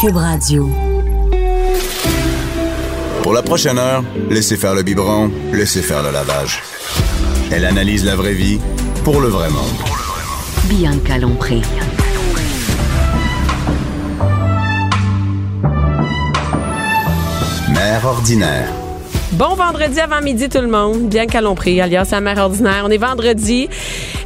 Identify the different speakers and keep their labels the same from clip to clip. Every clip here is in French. Speaker 1: Cube Radio.
Speaker 2: Pour la prochaine heure, laissez faire le biberon, laissez faire le lavage. Elle analyse la vraie vie pour le vrai monde.
Speaker 1: Bianca Lompré.
Speaker 2: Mère ordinaire.
Speaker 3: Bon vendredi avant midi tout le monde, bien calompré, alias la mère ordinaire. On est vendredi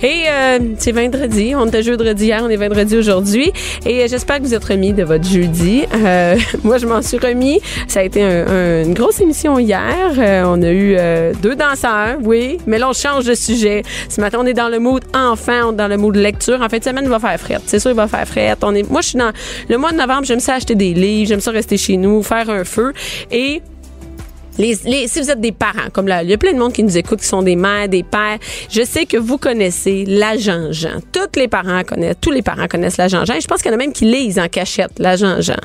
Speaker 3: et euh, c'est vendredi. On était jeudi hier, on est vendredi aujourd'hui et euh, j'espère que vous êtes remis de votre jeudi. Euh, moi, je m'en suis remis. Ça a été un- un- une grosse émission hier. Euh, on a eu euh, deux danseurs, oui, mais là on change de sujet. Ce matin, on est dans le mood enfant, on est dans le mood lecture. En fait, cette semaine, il va faire frette. C'est sûr, il va faire frette. On est, moi, je suis dans le mois de novembre. J'aime ça acheter des livres, j'aime ça rester chez nous, faire un feu et les, les- si vous êtes des parents, comme là, il y a plein de monde qui nous écoute, qui sont des mères, des pères, je sais que vous connaissez la Jean-Jean. Tous les parents connaissent, tous les parents connaissent la Jean-Jean. Et Je pense qu'il y en a même qui lisent en cachette la Jean-Jean.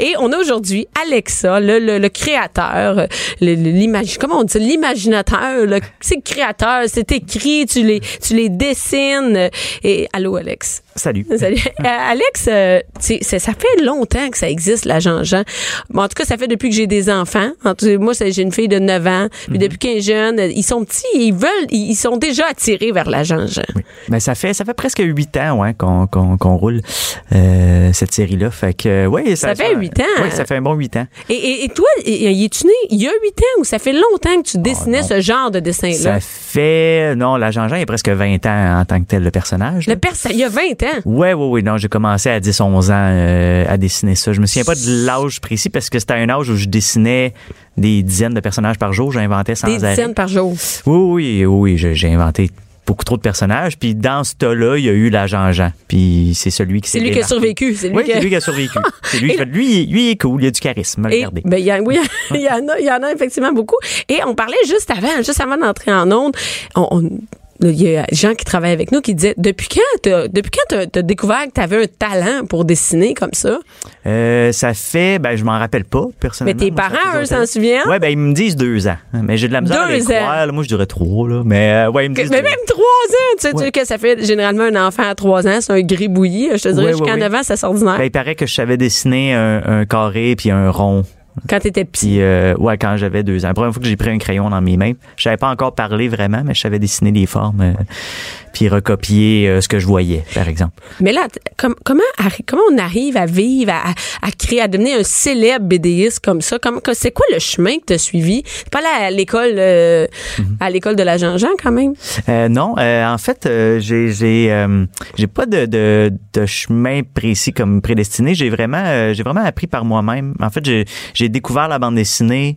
Speaker 3: Et on a aujourd'hui Alexa, le, le, le créateur, le- le- l'imagi- comment on dit, ça? l'imaginateur, le- c'est le créateur, c'est écrit, tu les, tu les dessines. Et allô, Alex.
Speaker 4: Salut.
Speaker 3: Salut. Euh, Alex, euh, tu sais, c'est- ça fait longtemps que ça existe, la Jean-Jean. Bon, en tout cas, ça fait depuis que j'ai des enfants. En tout cas, moi, c'est- j'ai une fille de 9 ans. Puis
Speaker 4: Mm-hmm.
Speaker 3: depuis qu'ils sont jeunes, euh, ils sont petits, ils veulent, ils ils sont déjà attirés vers la Jean-Jean.
Speaker 4: Ben, ça fait ça fait presque huit ans ouais, qu'on qu'on- qu'on roule euh, cette série-là. Fait que ouais,
Speaker 3: Ça fait huit ans.
Speaker 4: Oui, ça fait un bon huit ans.
Speaker 3: Et, et, et toi, y y es-tu né il y a 8 ans ou ça fait longtemps que tu dessinais
Speaker 4: Ah, non.
Speaker 3: ce genre de dessin-là?
Speaker 4: Ça fait non, la Jean-Jean est presque 20 ans en tant que tel le personnage.
Speaker 3: Le
Speaker 4: là.
Speaker 3: père, ça, il y a 20 ans.
Speaker 4: Ouais, ouais, ouais. Non, j'ai commencé à 10, 11 ans euh, à dessiner ça. Je me souviens pas de l'âge précis parce que c'était un âge où je dessinais des dizaines de personnages par jour. J'inventais sans
Speaker 3: Des
Speaker 4: arrêt.
Speaker 3: dizaines par jour.
Speaker 4: Oui, oui, oui, j'ai j'ai inventé beaucoup trop de personnages. Puis dans ce tas-là, il y a eu la Jean-Jean. Puis c'est celui qui s'est
Speaker 3: C'est lui qui a
Speaker 4: démarqué.
Speaker 3: survécu. C'est lui
Speaker 4: Oui,
Speaker 3: qui a-
Speaker 4: c'est lui qui a survécu. C'est lui, qui fait- lui, lui, il est cool, il a du charisme,
Speaker 3: Et,
Speaker 4: regardez.
Speaker 3: ben, il y a- oui, il y, en a, il y en a effectivement beaucoup. Et on parlait juste avant, juste avant d'entrer en onde, on, on- il y a des gens qui travaillent avec nous qui disaient depuis quand t'as, depuis quand t'as, t'as découvert que t'avais un talent pour dessiner comme ça
Speaker 4: Euh, ça fait, ben, je m'en rappelle pas, personnellement.
Speaker 3: Mais tes
Speaker 4: Ah Moi, ça
Speaker 3: parents,
Speaker 4: fait
Speaker 3: eux,
Speaker 4: longtemps.
Speaker 3: s'en souviennent?
Speaker 4: Ouais, ben, ils me disent deux ans. Mais j'ai de la misère à les
Speaker 3: Deux ans.
Speaker 4: croire, là. Moi, je dirais trois, là. Mais, euh, ouais, ils me
Speaker 3: Que-
Speaker 4: disent
Speaker 3: mais
Speaker 4: deux
Speaker 3: même
Speaker 4: ans.
Speaker 3: trois ans, tu sais, tu
Speaker 4: Ouais.
Speaker 3: sais que ça fait généralement un enfant à trois ans, c'est un gribouillis. Je te dirais
Speaker 4: Ouais, ouais,
Speaker 3: jusqu'à
Speaker 4: ouais.
Speaker 3: 9 ans, ça c'est ordinaire.
Speaker 4: Ben, il paraît que je savais dessiner un, un carré puis un rond.
Speaker 3: quand t'étais petit.
Speaker 4: Puis, euh, ouais, quand j'avais deux ans. La première fois que j'ai pris un crayon dans mes mains, je savais pas encore parler vraiment, mais je savais dessiner des formes, euh, puis recopier euh, ce que je voyais, par exemple.
Speaker 3: Mais là, t- com- comment, arri- comment on arrive à vivre, à, à- à créer, à devenir un célèbre BDiste comme ça? Comme, que- c'est quoi le chemin que tu as suivi? T'es pas allé à l'école, euh,
Speaker 4: Mm-hmm.
Speaker 3: à l'école de la Jean-Jean quand même?
Speaker 4: Euh, non, euh, en fait, euh, j'ai j'ai euh, j'ai pas de, de, de chemin précis comme prédestiné. J'ai vraiment euh, j'ai vraiment appris par moi-même. En fait, j'ai j'ai découvert la bande dessinée.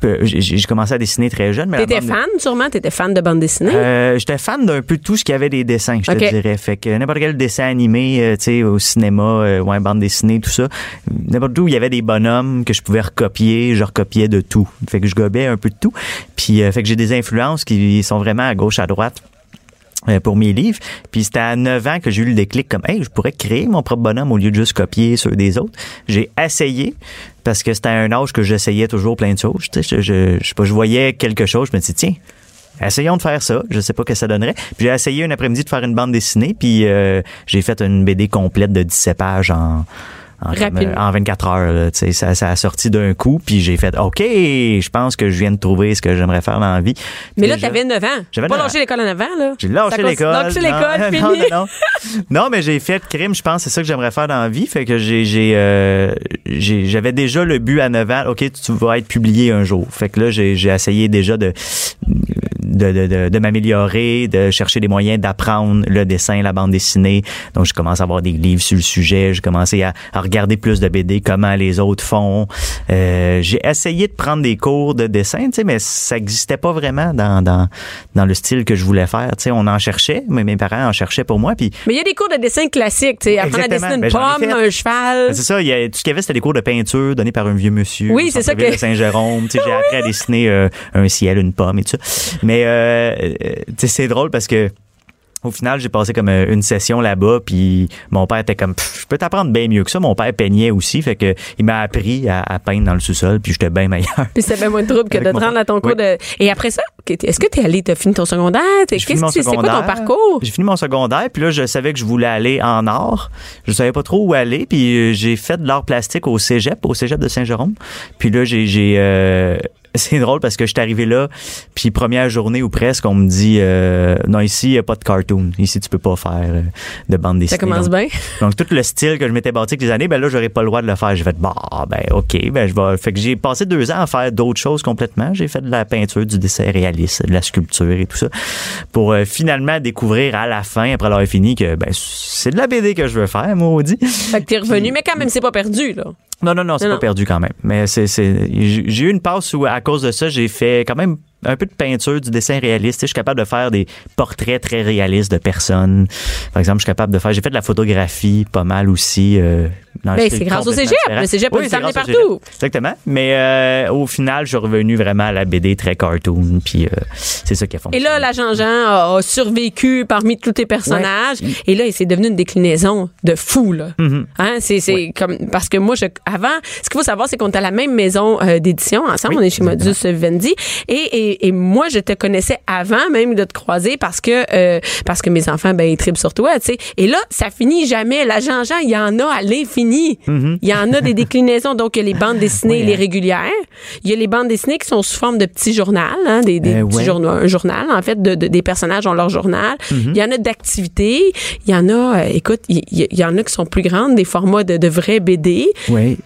Speaker 4: peu- J'ai j'ai commencé à dessiner très jeune, mais la
Speaker 3: T'étais
Speaker 4: bande-
Speaker 3: fan, sûrement? T'étais fan de bande dessinée?
Speaker 4: Euh, j'étais fan d'un peu tout ce qui avait des dessins, je
Speaker 3: Ok.
Speaker 4: te dirais. Fait que n'importe quel dessin animé, euh, tu sais, au cinéma, euh, ouais, bande dessinée, tout ça. N'importe où, il y avait des bonhommes que je pouvais recopier, je recopiais de tout. Fait que je gobais un peu de tout. Puis, euh, fait que j'ai des influences qui sont vraiment à gauche, à droite. euh, pour mes livres. Puis c'était à 9 ans que j'ai eu le déclic comme, hey, je pourrais créer mon propre bonhomme au lieu de juste copier ceux des autres. J'ai essayé parce que c'était à un âge que j'essayais toujours plein de choses. Tu sais, je, je, je sais pas, je voyais quelque chose, je me dis, tiens, essayons de faire ça. Je sais pas que ça donnerait. Puis j'ai essayé un après-midi de faire une bande dessinée, puis euh, j'ai fait une BD complète de 17 pages en. En, comme,
Speaker 3: Rapidement.
Speaker 4: euh, en 24 heures, là, tu sais, ça, ça a sorti d'un coup, puis j'ai fait, OK, je pense que je viens de trouver ce que j'aimerais faire dans la vie.
Speaker 3: mais là,
Speaker 4: Déjà-
Speaker 3: t'avais 9 ans.
Speaker 4: J'avais
Speaker 3: pas
Speaker 4: 9 ans.
Speaker 3: lâché l'école en avant, là.
Speaker 4: j'ai
Speaker 3: Ça
Speaker 4: lâché
Speaker 3: cons-
Speaker 4: l'école.
Speaker 3: Lâché
Speaker 4: Non,
Speaker 3: l'école, fini.
Speaker 4: non, non, non. Non, mais j'ai fait crime, je pense, c'est ça que j'aimerais faire dans la vie. Fait que j'ai, j'ai, euh, j'ai- j'avais déjà le but à 9 ans, OK, tu vas être publié un jour. Fait que là, j'ai, j'ai essayé déjà de, de, de, de, de m'améliorer, de chercher des moyens d'apprendre le dessin, la bande dessinée. Donc, je commence à avoir des livres sur le sujet. J'ai commencé à, à regarder plus de BD, comment les autres font. Euh, j'ai essayé de prendre des cours de dessin, tu sais, mais ça n'existait pas vraiment dans, dans, dans le style que je voulais faire. Tu sais, on en cherchait, mais mes parents en cherchaient pour moi. Puis
Speaker 3: Mais il y a des cours de dessin classiques, tu sais, apprendre à dessiner une
Speaker 4: Ben, j'en ai
Speaker 3: pomme,
Speaker 4: fait.
Speaker 3: un cheval.
Speaker 4: Ben, c'est ça, il y a, tout ce qu'il y avait, c'était des cours de peinture donnés par un vieux monsieur.
Speaker 3: Euh, Oui,
Speaker 4: au
Speaker 3: c'est ça que-
Speaker 4: centre-ville
Speaker 3: Ah
Speaker 4: de Saint-Jérôme. Tu sais, j'ai appris à dessiner euh, un ciel, une pomme et tout ça. Mais euh, euh, tu sais, c'est drôle parce que au final, j'ai passé comme euh, une session là-bas, puis mon père était comme, Pff, je peux t'apprendre bien mieux que ça. Mon père peignait aussi, fait que il m'a appris à, à peindre dans le sous-sol, puis j'étais bien meilleur.
Speaker 3: Puis c'est bien moins de trouble que
Speaker 4: Avec
Speaker 3: de te
Speaker 4: mon-
Speaker 3: rendre à ton cours
Speaker 4: Oui.
Speaker 3: de. Et après ça, ok, t'es- est-ce que t'es allé, t'as fini ton secondaire? T'es-
Speaker 4: J'ai fini
Speaker 3: Qu'est-ce
Speaker 4: mon
Speaker 3: que tu- c'est quoi ton
Speaker 4: secondaire.
Speaker 3: parcours?
Speaker 4: J'ai fini mon secondaire, puis là, je savais que je voulais aller en art. Je savais pas trop où aller, puis euh, j'ai fait de l'art plastique au cégep, au cégep de Saint-Jérôme. Puis là, j'ai... j'ai, euh, C'est drôle parce que je suis arrivé là, puis première journée ou presque, on me dit euh, non ici il y a pas de cartoon, ici tu peux pas faire euh, de bande dessinée.
Speaker 3: Ça commence
Speaker 4: Donc,
Speaker 3: bien.
Speaker 4: donc tout le style que je m'étais bâti avec les années, ben là j'aurais pas le droit de le faire. J'ai fait bah ben ok, ben je vais. Fait que j'ai passé deux ans à faire d'autres choses complètement. J'ai fait de la peinture, du dessin réaliste, de la sculpture et tout ça, pour euh, finalement découvrir à la fin, après l'avoir fini, que ben c'est de la BD que je veux faire, maudit.
Speaker 3: Fait que t'es revenu, mais quand même, c'est pas perdu, là.
Speaker 4: Non, non, non, c'est
Speaker 3: Non,
Speaker 4: pas
Speaker 3: non.
Speaker 4: perdu quand même. Mais c'est, c'est, j'ai j'ai eu une passe où, à cause de ça, j'ai fait quand même un peu de peinture, du dessin réaliste. Tu sais, Je suis capable de faire des portraits très réalistes de personnes. Par exemple, je suis capable de faire. J'ai fait de la photographie pas mal aussi. euh, dans un
Speaker 3: Ben,
Speaker 4: style
Speaker 3: c'est grâce au
Speaker 4: complètement
Speaker 3: cégep.
Speaker 4: différent.
Speaker 3: Le cégep peut
Speaker 4: Oui,
Speaker 3: nous
Speaker 4: c'est
Speaker 3: amener
Speaker 4: grâce au
Speaker 3: partout.
Speaker 4: cégep. Exactement. Mais euh, au final, je suis revenu vraiment à la BD très cartoon. Puis euh, c'est ça qui a
Speaker 3: Et
Speaker 4: fonctionné.
Speaker 3: là, l'agent Jean a, a survécu parmi tous tes personnages. Et là, c'est devenu une déclinaison de fou, là. Hein, c'est, c'est comme, parce que moi, je, avant, ce qu'il faut savoir, c'est qu'on était à la même maison euh, d'édition ensemble.
Speaker 4: Oui,
Speaker 3: on est chez Modus Vivendi. Et, et, et moi, je te connaissais avant même de te croiser parce que, euh, parce que mes enfants, ben, ils tripent sur toi, tu sais. Et là, ça finit jamais. L'agent Jean, il y en a à l'infini. Il y en a des déclinaisons. Donc, il y a les bandes dessinées,
Speaker 4: Oui,
Speaker 3: les
Speaker 4: hein.
Speaker 3: régulières. Il y a les bandes dessinées qui sont sous forme de petits journaux, hein, des, des
Speaker 4: Euh,
Speaker 3: petits
Speaker 4: ouais.
Speaker 3: journaux, un journal, en fait, de, de- des personnages ont leur journal.
Speaker 4: Mm-hmm.
Speaker 3: Il y en a d'activités, il y en a, euh, écoute, il il- il y, en a qui sont plus grandes, des formats de, de vrais BD.
Speaker 4: Oui.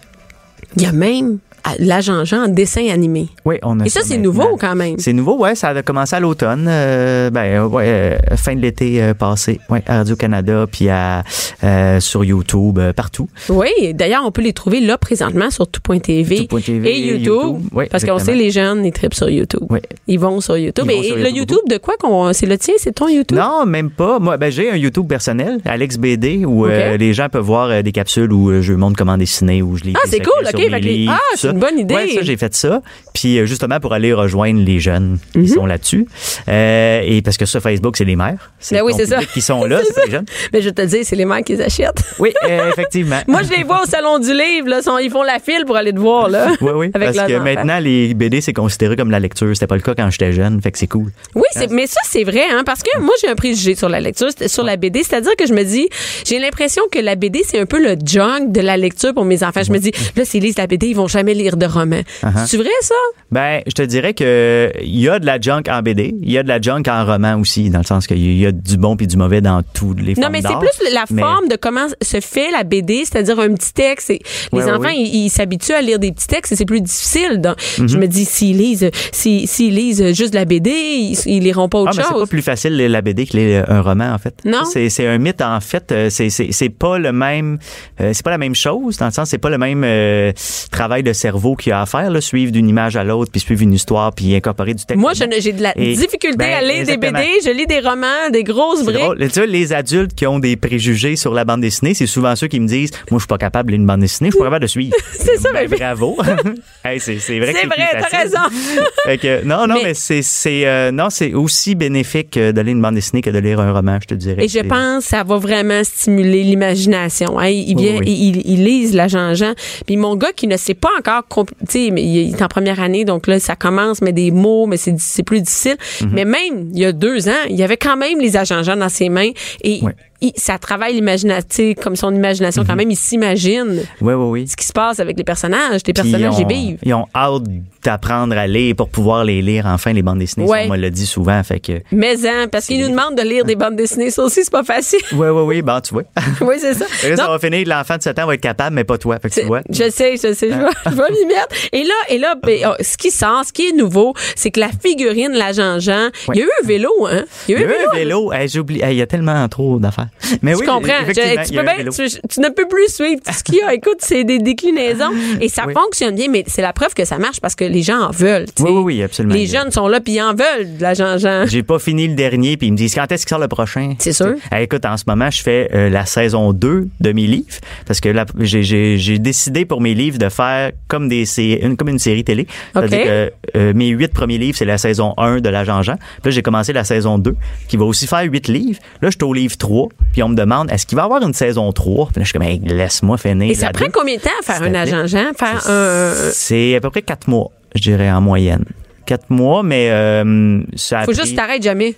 Speaker 3: Il y a même euh, l'agent Jean en dessin animé.
Speaker 4: Oui, on a
Speaker 3: Et ça, c'est
Speaker 4: maintenant.
Speaker 3: nouveau quand même.
Speaker 4: C'est nouveau, ouais. Ça a commencé à l'automne, euh, ben ouais, euh, fin de l'été euh, passé, ouais, à Radio Canada, puis à euh, sur YouTube, euh, partout.
Speaker 3: Oui, d'ailleurs, on peut les trouver là présentement sur tout.tv
Speaker 4: Tout.tv,
Speaker 3: et YouTube.
Speaker 4: YouTube. Oui,
Speaker 3: parce qu'on
Speaker 4: exactement.
Speaker 3: sait, les jeunes, ils trippent sur YouTube.
Speaker 4: Oui.
Speaker 3: Ils vont sur YouTube.
Speaker 4: Ils vont
Speaker 3: et
Speaker 4: sur
Speaker 3: et le
Speaker 4: YouTube
Speaker 3: YouTube, de quoi qu'on. C'est le tien, c'est ton YouTube?
Speaker 4: Non, même pas. Moi, ben j'ai un YouTube personnel, Alex BD, où euh,
Speaker 3: Ok.
Speaker 4: les gens peuvent voir euh, des capsules où euh, je montre comment dessiner, où je lis.
Speaker 3: Ah,
Speaker 4: des
Speaker 3: c'est
Speaker 4: secrets
Speaker 3: cool,
Speaker 4: sur
Speaker 3: ok,
Speaker 4: mes
Speaker 3: fait que les-
Speaker 4: livres,
Speaker 3: ah,
Speaker 4: tout
Speaker 3: c'est
Speaker 4: ça.
Speaker 3: une bonne idée.
Speaker 4: Ouais, ça, j'ai fait ça. Puis euh, justement pour aller rejoindre les jeunes
Speaker 3: Mhm.
Speaker 4: qui sont là-dessus, Euh, et parce que ça, Facebook, c'est les mères, c'est
Speaker 3: Ben oui,
Speaker 4: ton
Speaker 3: c'est ça.
Speaker 4: public qui sont là, c'est les jeunes.
Speaker 3: Mais Ben, je te le dis, c'est les mères qui les achètent.
Speaker 4: Oui, euh, effectivement.
Speaker 3: Moi, je les vois au salon du livre, là, sont- ils font la file pour aller te voir, là.
Speaker 4: Oui, oui.
Speaker 3: Avec
Speaker 4: parce que
Speaker 3: leurs enfants.
Speaker 4: maintenant, les BD, c'est considéré comme la lecture. C'était pas le cas quand j'étais jeune. Fait que c'est cool.
Speaker 3: Oui, c'est- mais ça, c'est vrai, hein, parce que moi, j'ai un préjugé sur la lecture, c'est- sur la BD. C'est-à-dire que je me dis, j'ai l'impression que la BD, c'est un peu le junk de la lecture pour mes enfants. Je me dis, là, s'ils lisent la BD, ils vont jamais lire de romans.
Speaker 4: Uh-huh.
Speaker 3: C'est vrai, ça?
Speaker 4: Ben, je te dirais que il y a de la junk en BD. Il y a de la junk en roman aussi, dans le sens qu'il y a du bon puis du mauvais dans tous les
Speaker 3: Non,
Speaker 4: formes
Speaker 3: mais c'est
Speaker 4: d'art.
Speaker 3: plus la
Speaker 4: Mais-
Speaker 3: forme de comment se fait la BD, c'est-à-dire un petit texte. Et les
Speaker 4: Ouais, ouais,
Speaker 3: enfants,
Speaker 4: ouais.
Speaker 3: ils ils s'habituent à lire des petits textes et c'est plus difficile. Donc,
Speaker 4: Mm-hmm.
Speaker 3: Je me dis, s'ils lisent, s'ils- s'ils lisent juste la BD, ils, ils liront pas
Speaker 4: Ah,
Speaker 3: autre
Speaker 4: mais c'est pas
Speaker 3: chose.
Speaker 4: plus facile la BD que les- euh, un roman en fait.
Speaker 3: Non.
Speaker 4: C'est c'est un mythe en fait. Euh, C'est c'est c'est pas le même. euh, c'est pas la même chose dans le sens. C'est pas le même euh, travail de cerveau qu'il y a à faire. Là, suivre d'une image à l'autre puis suivre une histoire puis incorporer du texte.
Speaker 3: Moi, je ne- j'ai de la
Speaker 4: Et-
Speaker 3: difficulté
Speaker 4: ben,
Speaker 3: à lire
Speaker 4: exactement.
Speaker 3: des BD. Je lis des romans, des grosses
Speaker 4: C'est
Speaker 3: briques.
Speaker 4: drôle. Tu vois, les adultes qui ont des préjugés sur la bande dessinée, c'est souvent ceux qui me disent Moi, je suis pas capable de lire une bande dessinée, je suis pas capable de suivre.
Speaker 3: C'est ça,
Speaker 4: Ben,
Speaker 3: mais-
Speaker 4: Bravo. Hey, c'est, c'est vrai que
Speaker 3: C'est
Speaker 4: plus
Speaker 3: vrai, t'as
Speaker 4: facile.
Speaker 3: raison.
Speaker 4: Fait que, non, non,
Speaker 3: Mais-
Speaker 4: mais, c'est, c'est, euh, non, c'est aussi bénéfique euh, de lire une bande dessinée que de lire un roman, je te dirais.
Speaker 3: Et je
Speaker 4: C'est-
Speaker 3: pense que ça va vraiment stimuler l'imagination. Hein, il,
Speaker 4: Oui,
Speaker 3: vient,
Speaker 4: oui.
Speaker 3: il, il- il lise la Jean-Jean. Puis mon gars qui ne sait pas encore, compl- tu sais, mais il est en première année, donc là, ça commence, mais des mots, mais c'est
Speaker 4: Mm-hmm.
Speaker 3: c'est plus difficile. Mais même il y a deux ans, il y avait quand même les agents Jean dans ses mains. Et
Speaker 4: Ouais. Mm-hmm.
Speaker 3: il- ça travaille l'imagination, comme son imagination quand même, il s'imagine
Speaker 4: Oui, oui, oui.
Speaker 3: ce qui se passe avec les personnages. Les
Speaker 4: Puis
Speaker 3: personnages,
Speaker 4: ils ont-
Speaker 3: ils vivent.
Speaker 4: Ils ont hâte d'apprendre à lire pour pouvoir les lire enfin, les bandes dessinées.
Speaker 3: Ouais.
Speaker 4: Ça, on me l'a dit souvent. Fait que.
Speaker 3: Mais hein, parce qu'ils nous demandent de lire des bandes dessinées, ça aussi, c'est pas facile.
Speaker 4: Oui, oui, oui. Ben, tu vois.
Speaker 3: oui, c'est ça.
Speaker 4: Là, ça
Speaker 3: Non,
Speaker 4: va finir, l'enfant de 7 ans va être capable, mais pas toi. Fait que
Speaker 3: c'est-
Speaker 4: tu vois.
Speaker 3: Je sais, je sais, je vais, je vais m'y mettre. Et là, et là, ben, oh, ce qui sort, ce qui est nouveau, c'est que la figurine, la Jean-Jean, il y a eu un vélo, hein?
Speaker 4: Il y a eu un vélo. Hey, j'ai oublié. Hey, il y a tellement trop d'affaires. Mais
Speaker 3: Tu
Speaker 4: oui,
Speaker 3: comprends. Je-
Speaker 4: effectivement,
Speaker 3: tu,
Speaker 4: il y a
Speaker 3: peux
Speaker 4: eu un
Speaker 3: bien-
Speaker 4: vélo.
Speaker 3: tu- tu ne peux plus suivre tout ce qu'il y a. Écoute, c'est des déclinaisons et ça
Speaker 4: Oui.
Speaker 3: fonctionne bien, mais c'est la preuve que ça marche parce que les gens en veulent. tu sais.
Speaker 4: Oui, oui, oui, absolument.
Speaker 3: Les jeunes sont là puis ils en veulent de la Jean-Jean.
Speaker 4: J'ai pas fini le dernier, puis ils me disent quand est-ce qu'il sort le prochain.
Speaker 3: C'est sûr.
Speaker 4: Eh, écoute, en ce moment, je fais euh, la saison 2 de mes livres, parce que là, j'ai- j'ai j'ai décidé pour mes livres de faire comme des sé- une, comme une série télé. C'est-à-dire
Speaker 3: OK.
Speaker 4: que euh, mes huit premiers livres, c'est la saison 1 de La Jean-Jean. Puis là, j'ai commencé la saison 2, qui va aussi faire huit livres. Là, je suis au livre 3, puis on me demande est-ce qu'il va y avoir une saison 3 Puis là, je suis comme Hey, laisse-moi finir.
Speaker 3: Et ça
Speaker 4: la
Speaker 3: prend
Speaker 4: deux.
Speaker 3: combien de temps à faire
Speaker 4: S'il
Speaker 3: un
Speaker 4: te plaît.
Speaker 3: agent Jean, faire un
Speaker 4: C'est à peu près quatre mois, je dirais, en moyenne. Quatre mois, mais euh, ça a
Speaker 3: faut
Speaker 4: pris-
Speaker 3: juste que t'arrêtes jamais.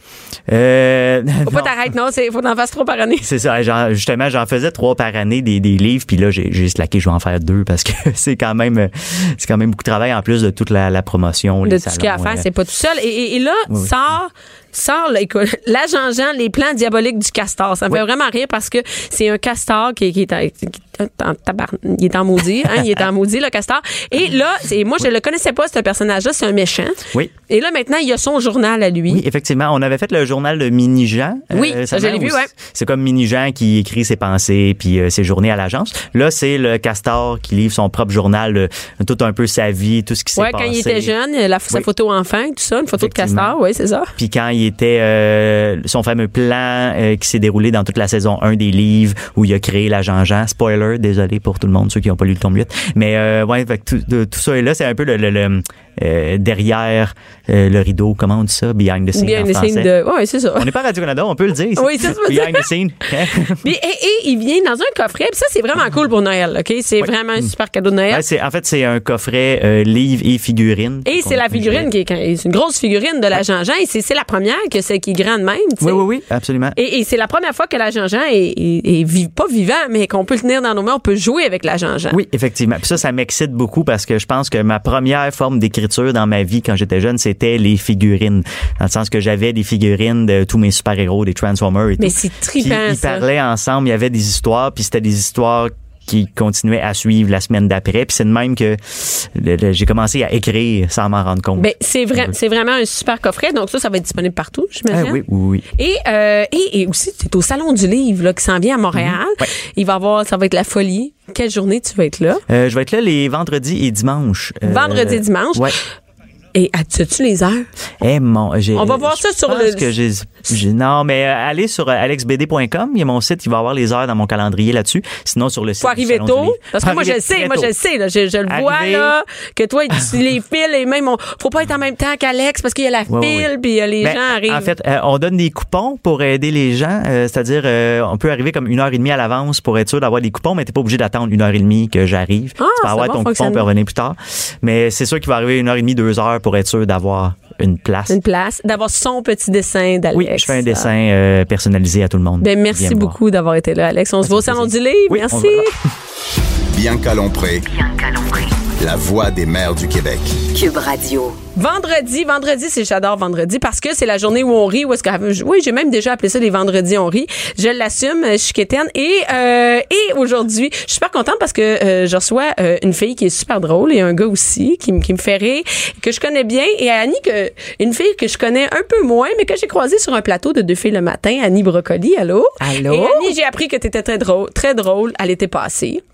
Speaker 4: Euh,
Speaker 3: Faut
Speaker 4: non.
Speaker 3: pas t'arrêter non, c'est faut que t'en fasses trop par année.
Speaker 4: C'est ça. j'en- justement, j'en faisais trois par année des, des livres, puis là, j'ai j'ai slacké, je vais en faire deux parce que c'est quand même euh, c'est quand même beaucoup de travail en plus de toute la, la promotion.
Speaker 3: De
Speaker 4: les
Speaker 3: tout ce qu'il y a à
Speaker 4: salons,
Speaker 3: faire,
Speaker 4: euh.
Speaker 3: c'est pas tout seul. Et, et- et là,
Speaker 4: Oui, oui.
Speaker 3: sort, sort, là, écoute, la Jean-Jean, les plans diaboliques du castor. Ça me fait vraiment rire parce que c'est un castor qui, qui est, en- qui est en tabarn- Il est en maudit, hein, il est en maudit, le castor. Et là, c'est- moi, je le connaissais pas, ce personnage-là, c'est un méchant.
Speaker 4: Oui.
Speaker 3: Et là, maintenant, il a son journal à lui.
Speaker 4: Oui, effectivement. On avait fait le journal de Mini-Jean. euh,
Speaker 3: Oui, ça, je l'ai
Speaker 4: récemment,
Speaker 3: vu,
Speaker 4: où
Speaker 3: ouais.
Speaker 4: C'est comme Mini-Jean qui écrit ses pensées puis euh, ses journées à l'agence. Là, c'est le castor qui livre son propre journal, euh, tout un peu sa vie, tout ce qui s'est
Speaker 3: Ouais, quand
Speaker 4: passé.
Speaker 3: il était jeune, la, sa
Speaker 4: Oui.
Speaker 3: photo enfant, tout ça, une photo de
Speaker 4: Effectivement.
Speaker 3: castor, oui, c'est ça.
Speaker 4: Puis quand il était euh, son fameux plan euh, qui s'est déroulé dans toute la saison 1 des livres où il a créé la Jean-Jean. Spoiler, désolé pour tout le monde, ceux qui n'ont pas lu le tome 8. Mais euh, ouais, fait que tout, de- tout ça est là, c'est un peu le, le- le, euh, derrière euh, le rideau, comment on dit ça? Behind the scenes
Speaker 3: Bien
Speaker 4: en
Speaker 3: des
Speaker 4: français.
Speaker 3: signes de. Oui, c'est ça.
Speaker 4: On n'est pas Radio-Canada, on peut le dire.
Speaker 3: Oui, ça, c'est pas ça.
Speaker 4: Behind the scenes.
Speaker 3: Puis, et, et il vient dans un coffret. Puis ça, c'est vraiment cool pour Noël, OK? C'est vraiment un super cadeau de Noël.
Speaker 4: Ouais, c'est- en fait, c'est un coffret euh, livre et figurine.
Speaker 3: et c'est la figurine qui est, c'est une grosse figurine de la Jean-Jean et c'est c'est la première que c'est qui est grande même. tu sais.
Speaker 4: Oui, oui, oui, absolument.
Speaker 3: Et, et c'est la première fois que la Jean-Jean est, est- est vi- pas vivant, mais qu'on peut le tenir dans nos mains, on peut jouer avec la Jean-Jean.
Speaker 4: Oui, effectivement. Puis ça, ça m'excite beaucoup parce que je pense que ma première forme d'écriture dans ma vie quand j'étais jeune, c'était les figurines. Dans le sens que j'avais des figurines de tous mes super-héros, des Transformers et
Speaker 3: Mais
Speaker 4: tout.
Speaker 3: c'est
Speaker 4: Puis
Speaker 3: trippant,
Speaker 4: ils
Speaker 3: ça.
Speaker 4: parlaient ensemble, il y avait des histoires, puis c'était des histoires qui continuaient à suivre la semaine d'après. Puis c'est de même que le- le- j'ai commencé à écrire sans m'en rendre compte.
Speaker 3: Ben, c'est vrai, c'est vraiment un super coffret. Donc ça, ça va être disponible partout,
Speaker 4: Ah
Speaker 3: j'imagine.
Speaker 4: oui, oui, oui.
Speaker 3: Et, euh, et, et aussi, c'est au Salon du Livre là, qui s'en
Speaker 4: Mhm.
Speaker 3: vient à Montréal. Il va y avoir, ça va être la folie. Quelle journée tu vas être là?
Speaker 4: Euh, je vais être là les vendredis et dimanches. Euh,
Speaker 3: Vendredi et dimanche.
Speaker 4: Ouais.
Speaker 3: Et as- as-tu les heures?
Speaker 4: Eh mon, j'ai-
Speaker 3: On va voir
Speaker 4: je
Speaker 3: ça sur
Speaker 4: pense
Speaker 3: le-
Speaker 4: Que j'ai, j'ai- non, mais euh, allez sur euh, alexbd.com, il y a mon site, il va avoir les heures dans mon calendrier là-dessus. Sinon, sur le site.
Speaker 3: Faut
Speaker 4: du
Speaker 3: arriver
Speaker 4: Salon du
Speaker 3: tôt.
Speaker 4: Livre.
Speaker 3: Parce que
Speaker 4: Faut
Speaker 3: moi, je
Speaker 4: arriver
Speaker 3: le sais,
Speaker 4: très
Speaker 3: moi,
Speaker 4: tôt.
Speaker 3: je le sais, là, je, je le vois,
Speaker 4: Arriver-
Speaker 3: là, que toi, tu les files et même, on, faut pas être en même temps qu'Alex parce qu'il y a la
Speaker 4: Ouais, ouais,
Speaker 3: file
Speaker 4: ouais.
Speaker 3: puis euh, les
Speaker 4: Ben,
Speaker 3: gens arrivent.
Speaker 4: En fait, euh, on donne des coupons pour aider les gens. euh, c'est-à-dire, euh, on peut arriver comme une heure et demie à l'avance pour être sûr d'avoir des coupons, mais t'es pas obligé d'attendre une heure et demie que j'arrive.
Speaker 3: Ah,
Speaker 4: tu
Speaker 3: ça
Speaker 4: peux avoir
Speaker 3: va
Speaker 4: ton coupon,
Speaker 3: fonctionner.
Speaker 4: peut revenir plus tard. Mais c'est sûr qu'il va arriver une heure et demie, deux heures pour être sûr d'avoir une place.
Speaker 3: une place, d'avoir son petit dessin d'Alex.
Speaker 4: Oui, je fais un dessin euh, personnalisé à tout le monde.
Speaker 3: Ben, merci
Speaker 4: Viens me voir.
Speaker 3: beaucoup d'avoir été là, Alex. On se voit au
Speaker 4: fait
Speaker 3: Salon du
Speaker 4: plaisir.
Speaker 3: Livre.
Speaker 4: Oui, on se
Speaker 3: merci.
Speaker 4: voit là.
Speaker 2: Bianca Lompré,
Speaker 1: Bianca Lombré.
Speaker 2: la voix des mères du Québec.
Speaker 1: Cube Radio.
Speaker 3: Vendredi, vendredi, c'est j'adore vendredi parce que c'est la journée où on rit. Où est-ce que, oui, j'ai même déjà appelé ça les vendredis on rit. Je l'assume, euh, je suis quétaine. Et, euh, et aujourd'hui, je suis super contente parce que euh, je reçois euh, une fille qui est super drôle et un gars aussi qui, me- qui me fait rire, que je connais bien. Et Annie, que, une fille que je connais un peu moins, mais que j'ai croisée sur un plateau de deux filles le matin, Annie Brocoli. Allô?
Speaker 5: Allô?
Speaker 3: Et Annie, j'ai appris que tu étais très drôle, très drôle à l'été passé.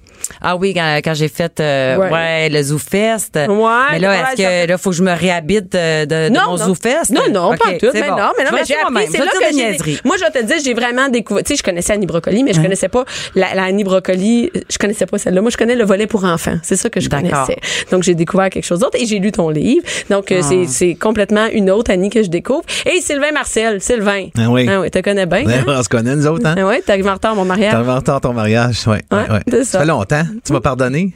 Speaker 5: Ah oui, quand, quand j'ai fait euh,
Speaker 3: Ouais.
Speaker 5: ouais. le Zoo Fest. mais
Speaker 3: ouais,
Speaker 5: là, est-ce
Speaker 3: ça fait-
Speaker 5: que là, faut que je me réhabite euh, de, de mon Zoo Fest?
Speaker 3: Non, non,
Speaker 5: Ok,
Speaker 3: pas en tout.
Speaker 5: c'est
Speaker 3: Mais
Speaker 5: bon.
Speaker 3: non, mais non,
Speaker 5: Je
Speaker 3: mais
Speaker 5: vais
Speaker 3: j'ai
Speaker 5: dire
Speaker 3: appris.
Speaker 5: moi-même.
Speaker 3: C'est
Speaker 5: Je vais
Speaker 3: là
Speaker 5: dire
Speaker 3: que
Speaker 5: des
Speaker 3: j'ai-
Speaker 5: niaiseries. Hein?
Speaker 3: Moi, je vais te dire, j'ai vraiment découvert. Tu sais, je connaissais Annie Brocoli, mais je connaissais pas la, la Annie Brocoli. Je connaissais pas celle-là. Moi, je connais le volet pour enfants. C'est ça que je
Speaker 5: D'accord.
Speaker 3: connaissais. Donc, j'ai découvert quelque chose d'autre et j'ai lu ton livre. Donc, euh,
Speaker 5: Ah.
Speaker 3: c'est- c'est complètement une autre Annie que je découvre. Et Sylvain Marcel, Sylvain.
Speaker 6: Ah oui.
Speaker 3: Ah oui, tu connais bien.
Speaker 6: Ouais,
Speaker 3: hein?
Speaker 6: on se connaît, nous autres, hein?
Speaker 3: Ah oui, t'es arrivé en retard à mon mariage.
Speaker 6: T'as inventé ton mariage, ouais.
Speaker 3: Ouais,
Speaker 6: ouais, ouais.
Speaker 3: c'est ça.
Speaker 6: fait longtemps. Tu m'as pardonné?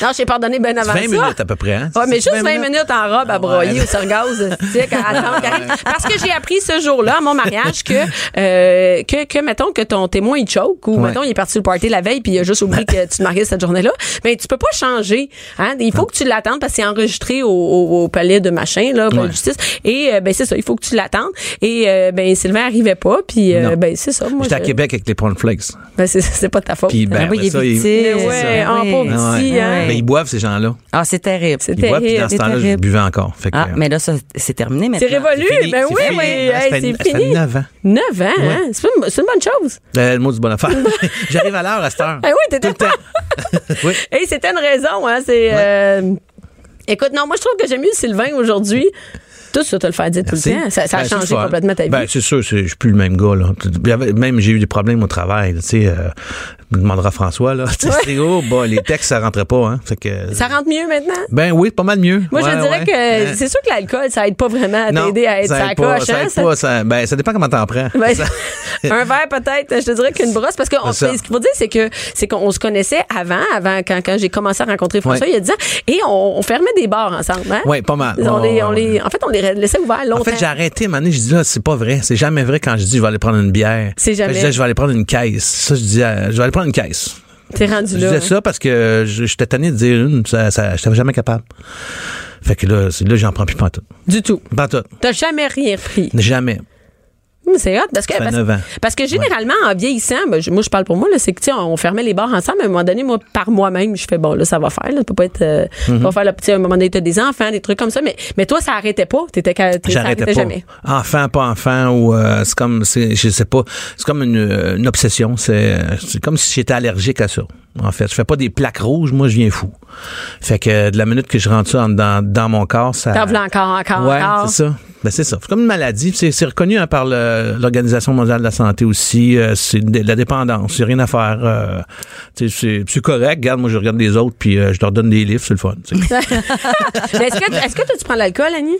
Speaker 3: Non, j'ai pardonné bien avant
Speaker 6: 20
Speaker 3: ça.
Speaker 6: minutes à peu près. Hein?
Speaker 3: Ouais, mais juste 20
Speaker 6: minutes. Ah,
Speaker 3: minutes, en robe à broyer
Speaker 6: ouais.
Speaker 3: au sargaz, tu sais, à attendre qu'elle arrive. Parce que j'ai appris ce jour-là, à mon mariage, que, euh, que, que, mettons, que ton témoin, il choke, ou,
Speaker 6: Ouais.
Speaker 3: mettons, il est parti le party la veille, puis il a juste oublié que tu te mariais cette journée-là. Mais tu peux pas changer, hein. Il faut que tu l'attendes parce que c'est enregistré au, au, au palais de machin, là, au palais de justice. Et, euh, ben, c'est ça, il faut que tu l'attendes. Et, euh, ben, Sylvain arrivait pas, puis, euh,
Speaker 6: Non.
Speaker 3: ben, c'est ça, moi.
Speaker 6: J'étais à
Speaker 3: je-
Speaker 6: Québec avec les cornflakes.
Speaker 3: Ben, c'est, c'est pas de ta faute.
Speaker 6: Puis ben,
Speaker 5: Ah oui, il
Speaker 6: après
Speaker 5: est
Speaker 6: ça, ils-
Speaker 5: victime.
Speaker 3: Mais
Speaker 5: c'est
Speaker 3: ouais,
Speaker 5: ça.
Speaker 3: en
Speaker 5: Oui.
Speaker 3: pauvre
Speaker 6: Ah ouais.
Speaker 3: petit, hein.
Speaker 6: Mais ils boivent, ces gens-là.
Speaker 5: Ah, c'est terrible.
Speaker 3: C'est
Speaker 6: Ils boivent, puis dans
Speaker 3: terrible.
Speaker 6: ce temps-là,
Speaker 5: terrible.
Speaker 6: je buvais encore. Fait que,
Speaker 5: Ah,
Speaker 6: euh,
Speaker 5: mais là, ça, c'est terminé
Speaker 3: C'est
Speaker 5: maintenant.
Speaker 3: révolu,
Speaker 6: c'est fini,
Speaker 3: ben
Speaker 6: c'est
Speaker 3: oui,
Speaker 6: fini. Ah,
Speaker 3: oui,
Speaker 6: Ça
Speaker 3: hey,
Speaker 6: fait-
Speaker 3: c'est
Speaker 6: ça fait
Speaker 3: fini.
Speaker 6: 9 ans.
Speaker 3: 9 ans, hein? C'est une, c'est une bonne chose.
Speaker 6: Euh, le mot du bonne affaire. J'arrive à l'heure à cette heure.
Speaker 3: Eh oui, t'étais
Speaker 6: Ah. Tout le temps. oui.
Speaker 3: Hey, c'était une raison, hein? C'est. euh, Écoute, non, moi, je trouve que j'aime mieux Sylvain aujourd'hui. Tout ça, te le faire dire tout
Speaker 6: Merci.
Speaker 3: le temps. Ça, ça a
Speaker 6: Ben, c'est
Speaker 3: changé
Speaker 6: le fun.
Speaker 3: complètement ta vie.
Speaker 6: Ben, c'est sûr, c'est- je suis plus le même gars. Là. J'avais- Même j'ai eu des problèmes au travail. là, Tu sais, euh, je demanderai à François. Là. Tu sais, c'est- oh, bah, les textes, ça rentrait pas. Hein. Fait que,
Speaker 3: ça rentre mieux maintenant?
Speaker 6: ben oui, pas mal mieux.
Speaker 3: Moi,
Speaker 6: Ouais,
Speaker 3: je dirais
Speaker 6: ouais.
Speaker 3: que
Speaker 6: Euh,
Speaker 3: c'est sûr que l'alcool, ça aide pas vraiment à
Speaker 6: non,
Speaker 3: t'aider à être
Speaker 6: ça
Speaker 3: sa
Speaker 6: aide pas,
Speaker 3: coche.
Speaker 6: ça
Speaker 3: hein,
Speaker 6: aide
Speaker 3: ça-
Speaker 6: pas, ça- ben, ça dépend comment t'en prends.
Speaker 3: Ben,
Speaker 6: Ça-
Speaker 3: un verre peut-être, je te dirais qu'une brosse parce que on-
Speaker 6: C'est ça.
Speaker 3: ce qu'il faut dire c'est que c'est qu'on se connaissait avant, avant quand, quand j'ai commencé à rencontrer François
Speaker 6: Ouais.
Speaker 3: il y a 10 ans et on, on fermait des bars ensemble. Hein?
Speaker 6: Ouais, pas mal.
Speaker 3: On
Speaker 6: Ouais,
Speaker 3: les, on
Speaker 6: ouais,
Speaker 3: les, en fait, on les laissait ouverts longtemps.
Speaker 6: En fait, j'ai arrêté, à un moment donné, je dis là, c'est pas vrai, c'est jamais vrai quand je dis je vais aller prendre une bière.
Speaker 3: C'est jamais.
Speaker 6: Fait que Je disais, je vais aller prendre une caisse. Ça, je disais, euh, je vais aller prendre une caisse.
Speaker 3: T'es rendu
Speaker 6: Je
Speaker 3: là.
Speaker 6: disais
Speaker 3: hein.
Speaker 6: ça parce que je- j'étais tanné de dire une, ça, ça, j'étais jamais capable. Fait que là, c'est- là j'en prends plus pantoute.
Speaker 3: Du tout.
Speaker 6: Pantoute.
Speaker 3: T'as jamais rien pris.
Speaker 6: Jamais.
Speaker 3: Hum, C'est hot parce que
Speaker 6: Ça fait
Speaker 3: parce,
Speaker 6: neuf ans.
Speaker 3: parce que généralement en vieillissant, ben, je- moi je parle pour moi là, c'est que tu sais, on fermait les bars ensemble. mais À un moment donné, moi par moi-même, je fais bon là, ça va faire. Là, ça peut pas être, euh,
Speaker 6: Mm-hmm.
Speaker 3: pas faire le petit. À un moment donné, t'as des enfants, des trucs comme ça. Mais mais toi, ça arrêtait pas. T'étais qu'à- t'es- ça
Speaker 6: J'arrêtais
Speaker 3: arrêtait
Speaker 6: pas.
Speaker 3: jamais.
Speaker 6: Enfant, pas enfant, ou euh, c'est comme, c'est- je sais pas, c'est comme une, euh, une obsession. C'est c'est comme si j'étais allergique à ça. En fait, je fais pas des plaques rouges, moi je viens fou. Fait que euh, de la minute que je rentre ça en- dans, dans mon corps, ça.
Speaker 3: T'en voulais encore, encore,
Speaker 6: ouais,
Speaker 3: encore.
Speaker 6: c'est ça. Ben, c'est ça. C'est comme une maladie. C'est c'est reconnu hein, par le- l'Organisation mondiale de la santé aussi. Euh, c'est de la dépendance. C'est rien à faire. Euh, tu sais, c'est c'est correct. Regarde, moi, je regarde les autres, puis euh, je leur donne des livres. C'est le fun. tu sais.
Speaker 3: Mais Est-ce que, est-ce que toi, tu prends de l'alcool, Annie?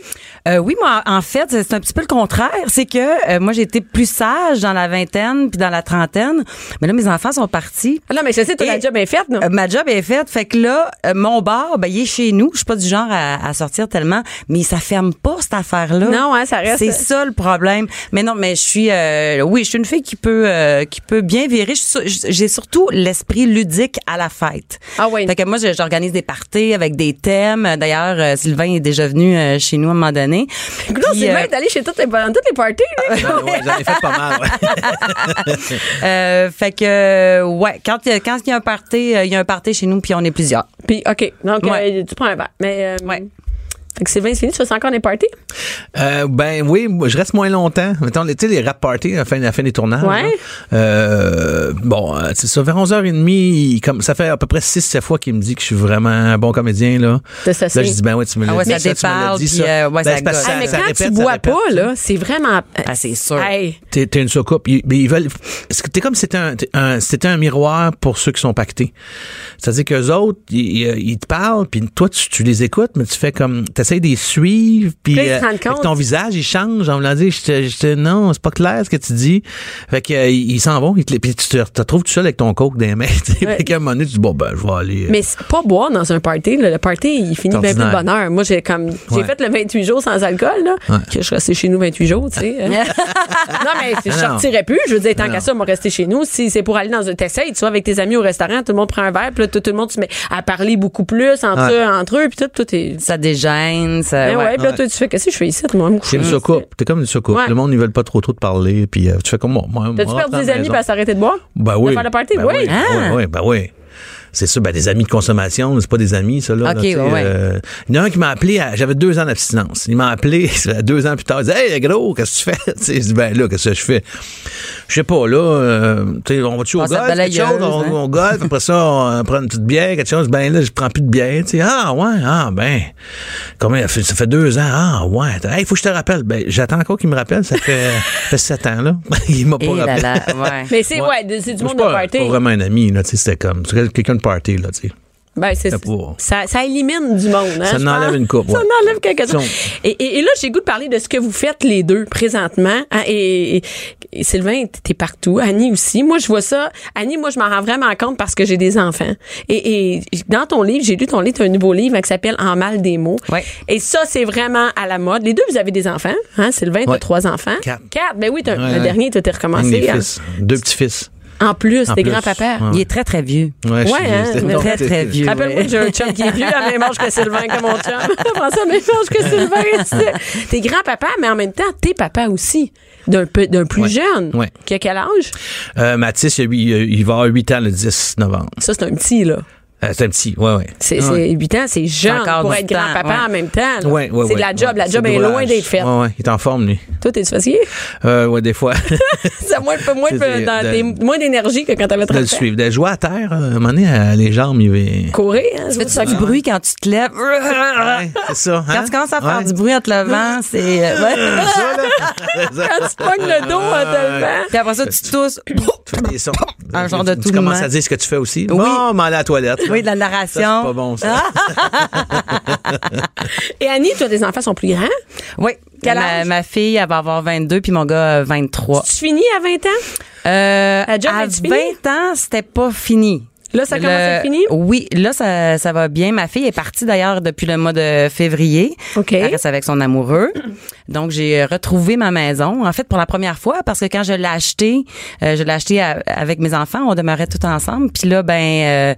Speaker 5: Euh, oui, moi, en fait, c'est un petit peu le contraire. C'est que euh, moi, j'ai été plus sage dans la vingtaine puis dans la trentaine. Mais là, mes enfants sont partis.
Speaker 3: Ah non, mais je sais, t'as la
Speaker 5: Et-
Speaker 3: job bien faite, non?
Speaker 5: Euh, ma job est faite. Fait que là, euh, mon bar, ben, il est chez nous. Je suis pas du genre à, à sortir tellement, mais ça ferme pas cette affaire-là.
Speaker 3: Non, hein, ça reste-
Speaker 5: C'est ça le problème. Mais non, mais je suis, euh, oui, je suis une fille qui peut, euh, qui peut bien virer. Je suis sur- je- J'ai surtout l'esprit ludique à la fête.
Speaker 3: Ah oui.
Speaker 5: Fait que moi, je- j'organise des parties avec des thèmes. Euh, D'ailleurs, euh, Sylvain est déjà venu euh, chez nous à un moment donné.
Speaker 3: Écoute, non,
Speaker 5: Puis,
Speaker 3: Sylvain
Speaker 5: euh,
Speaker 3: est allé chez toutes les, dans toutes les parties, lui.
Speaker 6: Ouais, ouais, J'en ai fait pas mal. ouais.
Speaker 5: euh, fait que, euh, ouais, quand il y a- quand il y a un party, euh, il y a un party chez nous, puis on est plusieurs.
Speaker 3: Puis, OK. Donc,
Speaker 5: Ouais.
Speaker 3: euh, tu prends un verre. Mais, euh,
Speaker 5: Ouais.
Speaker 3: Fait que Sylvain, c'est fini, tu fais encore des parties?
Speaker 6: Euh, ben oui, moi, je reste moins longtemps. Mettons, tu sais, les rap parties à la fin, à la fin des tournages.
Speaker 3: Ouais.
Speaker 6: là. Euh, bon, euh, c'est ça, vers 11h30, comme, ça fait à peu près 6-7 fois qu'il me dit que je suis vraiment un bon comédien. Là,
Speaker 3: T'as ça,
Speaker 6: là je dis, ben oui, tu me l'as
Speaker 5: Ah ouais,
Speaker 6: dit,
Speaker 5: ça
Speaker 6: tu me l'as
Speaker 5: déparle,
Speaker 6: dit,
Speaker 5: puis, euh, ouais,
Speaker 6: Ben,
Speaker 5: ça
Speaker 6: c'est parce que
Speaker 5: gosse.
Speaker 3: Ah, mais
Speaker 6: ça
Speaker 3: quand
Speaker 6: répète,
Speaker 3: tu
Speaker 6: ça
Speaker 3: bois
Speaker 6: répète.
Speaker 3: pas, là, c'est vraiment. euh,
Speaker 5: Ah, c'est sûr.
Speaker 3: Hey.
Speaker 6: T'es, t'es une soucoupe. Ils, mais ils veulent. c'est que T'es comme si c'était un, t'es un- c'était un miroir pour ceux qui sont pactés. C'est-à-dire qu'eux autres, ils, euh, ils- ils te parlent, puis toi, tu, tu les écoutes, mais tu fais comme. T'essayes de les suivre, puis.
Speaker 3: Puis là, ils se rendent
Speaker 6: fait que
Speaker 3: compte.
Speaker 6: ton visage, il change en voulant dire, je te- je te- non, c'est pas clair ce que tu dis. Fait que, euh, ils s'en vont, ils te- puis tu te te retrouves tout seul avec ton coke des mains. tu sais.
Speaker 3: Ouais.
Speaker 6: Fait qu'à un moment donné, tu dis, bon, ben, je vais aller. euh,
Speaker 3: Mais c'est pas boire dans un party. là. Le party, il finit bien plus de
Speaker 6: Ordinaire.
Speaker 3: bonheur. Moi, j'ai comme j'ai
Speaker 6: Ouais.
Speaker 3: fait le 28 jours sans alcool, là,
Speaker 6: Ouais.
Speaker 3: que je suis restée chez nous 28 jours, tu sais. hein. non, mais je
Speaker 6: Non, non.
Speaker 3: sortirais plus. Je veux dire, tant
Speaker 6: Non,
Speaker 3: qu'à
Speaker 6: non.
Speaker 3: ça, on va rester chez nous. Si c'est pour aller dans un t'essayes, tu vas avec tes amis au restaurant, tout le monde prend un verre, puis là, tout, tout le monde se met à parler beaucoup plus entre,
Speaker 6: Ouais.
Speaker 3: eux, entre eux, puis tout, tout est...
Speaker 5: Ça dégêne, ça.
Speaker 3: Ben ouais,
Speaker 5: ouais.
Speaker 3: puis là, toi, tu fais, qu'est-ce que je fais ici? Moi, me
Speaker 6: c'est
Speaker 3: coucher.
Speaker 6: une soucoupe. T'es comme une soucoupe.
Speaker 3: Ouais.
Speaker 6: Le monde, ils veulent pas trop trop te parler, puis euh, tu fais comme moi. moi,
Speaker 3: T'as-tu
Speaker 6: moi,
Speaker 3: perdu
Speaker 6: rentre
Speaker 3: des
Speaker 6: à la
Speaker 3: amis
Speaker 6: maison.
Speaker 3: parce s'arrêter de boire?
Speaker 6: Ben oui.
Speaker 3: De faire le party?
Speaker 6: Ben
Speaker 3: oui.
Speaker 6: oui.
Speaker 5: Ah.
Speaker 6: oui, oui, ben oui. C'est sûr, ben des amis de consommation, c'est pas des amis, ça, là.
Speaker 5: Ok,
Speaker 6: là, tu sais,
Speaker 5: ouais, ouais.
Speaker 6: euh, il y en a un qui m'a appelé, à- j'avais deux ans d'abstinence. Il m'a appelé deux ans plus tard, il dit Hey, gros, qu'est-ce que tu fais? Tu sais, Je dis, ben là, qu'est-ce que je fais? Je sais pas, là, euh, tu sais, on va-tu au
Speaker 5: Passe la
Speaker 6: golf, quelque chose?
Speaker 5: balayeuse,
Speaker 6: On,
Speaker 5: hein?
Speaker 6: on golf, après ça, on prend une petite bière, quelque chose. Ben là, je prends plus de bière, tu sais. Ah, ouais, ah, ben. Combien? Ça fait- Ça fait deux ans. Ah, ouais. Hey, faut que je te rappelle. Ben, j'attends encore qu'il me rappelle. Ça fait, ça fait sept ans, là. il m'a pas
Speaker 5: Eh là
Speaker 6: rappelé.
Speaker 5: là, ouais.
Speaker 3: Mais c'est, ouais,
Speaker 6: Ouais.
Speaker 3: c'est du
Speaker 6: Moi,
Speaker 3: monde
Speaker 6: c'est
Speaker 3: de
Speaker 6: pas-
Speaker 3: party.
Speaker 6: pas vraiment un ami, là, tu sais, c'était comme c'est quelqu'un de party, là, tu sais.
Speaker 3: Ben, c'est,
Speaker 6: C'était pour-
Speaker 3: ça, ça élimine du monde. Hein,
Speaker 6: Ça
Speaker 3: je
Speaker 6: en enlève
Speaker 3: pense.
Speaker 6: une coupe,
Speaker 3: Ça
Speaker 6: ouais.
Speaker 3: en enlève quelque chose.
Speaker 6: Si
Speaker 3: Ah, Et, et- et là, j'ai le goût de parler de ce que vous faites les deux présentement. hein, et, et- et Sylvain, t'es partout. Annie aussi. Moi, je vois ça. Annie, moi, je m'en rends vraiment compte parce que j'ai des enfants. Et, et dans ton livre, j'ai lu ton livre, t'as un nouveau livre hein, qui s'appelle En mal des mots.
Speaker 5: Ouais.
Speaker 3: Et ça, c'est vraiment à la mode. Les deux, vous avez des enfants. Hein, Sylvain, t'as
Speaker 6: Ouais.
Speaker 3: trois enfants.
Speaker 6: Quatre.
Speaker 3: Quatre. Ben oui, t'as
Speaker 6: Ouais,
Speaker 3: le
Speaker 6: ouais.
Speaker 3: dernier, t'as t'es
Speaker 6: Un de mes
Speaker 3: recommencé. hein.
Speaker 6: fils. Deux petits-fils.
Speaker 3: En plus,
Speaker 6: En
Speaker 3: t'es
Speaker 6: plus.
Speaker 3: grand-papa.
Speaker 6: Ouais.
Speaker 5: Il est très, très vieux.
Speaker 6: Ouais, je
Speaker 3: Ouais,
Speaker 6: suis-
Speaker 3: hein,
Speaker 6: c'était
Speaker 3: mais
Speaker 6: donc-
Speaker 5: très, très vieux.
Speaker 3: Rappelle-moi
Speaker 5: ouais.
Speaker 3: que j'ai un chum qui est vieux, à même âge que Sylvain, que mon chum. François, à même âge que Sylvain. c'est- T'es grand-papa, mais en même temps, t'es papa aussi. D'un peu- d'un plus
Speaker 6: Ouais.
Speaker 3: jeune.
Speaker 6: Ouais.
Speaker 3: Qui a quel âge?
Speaker 6: Euh, Mathis, il, a huit- il va avoir 8 ans le 10 novembre.
Speaker 3: Ça, c'est un petit, là.
Speaker 6: Euh, c'est un petit, ouais, ouais.
Speaker 3: C'est
Speaker 6: Ouais.
Speaker 3: c'est 8 ans, c'est jeune
Speaker 5: encore
Speaker 3: pour
Speaker 5: du
Speaker 3: être
Speaker 5: temps,
Speaker 3: grand-papa
Speaker 5: ouais.
Speaker 3: en même temps. là.
Speaker 6: Ouais, ouais,
Speaker 3: c'est de
Speaker 6: ouais,
Speaker 3: la job.
Speaker 6: ouais.
Speaker 3: La
Speaker 6: C'est
Speaker 3: job
Speaker 6: du
Speaker 3: est loin
Speaker 6: roulage.
Speaker 3: d'être faite.
Speaker 6: Ouais, ouais, il est en forme, lui.
Speaker 3: Toi, t'es-tu fatigué?
Speaker 6: Euh, ouais, des fois.
Speaker 3: Ça moins, peu- moins, peu-
Speaker 6: C'est-
Speaker 3: dans-
Speaker 6: de-
Speaker 3: t'es moins d'énergie que quand t'avais
Speaker 6: de
Speaker 3: 30
Speaker 6: le
Speaker 3: ans.
Speaker 6: suivre. De jouer à terre, euh, à un moment donné, euh, les jambes, il va.
Speaker 3: Courir, hein, c'est
Speaker 5: Fais-tu
Speaker 3: ça
Speaker 5: du
Speaker 3: que-
Speaker 5: bruit quand tu te lèves?
Speaker 6: Ouais, c'est ça.
Speaker 5: Ah Quand
Speaker 6: hein?
Speaker 5: tu commences à faire
Speaker 6: Ouais.
Speaker 5: du bruit en te levant, c'est. euh, ouais.
Speaker 6: Ça, là.
Speaker 3: Quand Ah, tu pognes le dos hein, en te levant.
Speaker 5: Puis après ça, tu tousses.
Speaker 6: Tu fais des sons.
Speaker 5: Un genre de
Speaker 6: Tu
Speaker 5: tournement.
Speaker 6: commences à dire ce que tu fais aussi. Bon, m'en aller à la toilette.
Speaker 5: Oui, de la
Speaker 6: Ça, c'est
Speaker 5: narration.
Speaker 6: pas bon, ça.
Speaker 3: Ah, Et Annie, toi, tes enfants sont plus grands.
Speaker 5: Oui.
Speaker 3: Quel
Speaker 5: ma,
Speaker 3: âge?
Speaker 5: ma fille, elle va avoir 22, puis mon gars, euh, 23.
Speaker 3: Tu finis à 20 ans?
Speaker 5: Euh,
Speaker 3: La job
Speaker 5: à
Speaker 3: est-tu
Speaker 5: 20
Speaker 3: finie?
Speaker 5: ans, c'était pas fini.
Speaker 3: Là, ça commence à être fini?
Speaker 5: Oui, là, ça, ça va bien. Ma fille est partie d'ailleurs depuis le mois de février.
Speaker 3: OK.
Speaker 5: Elle reste avec son amoureux. Donc, j'ai euh, retrouvé ma maison, en fait, pour la première fois, parce que quand je l'ai achetée, euh, je l'ai achetée à- avec mes enfants, on demeurait tout ensemble. Puis là, ben, euh,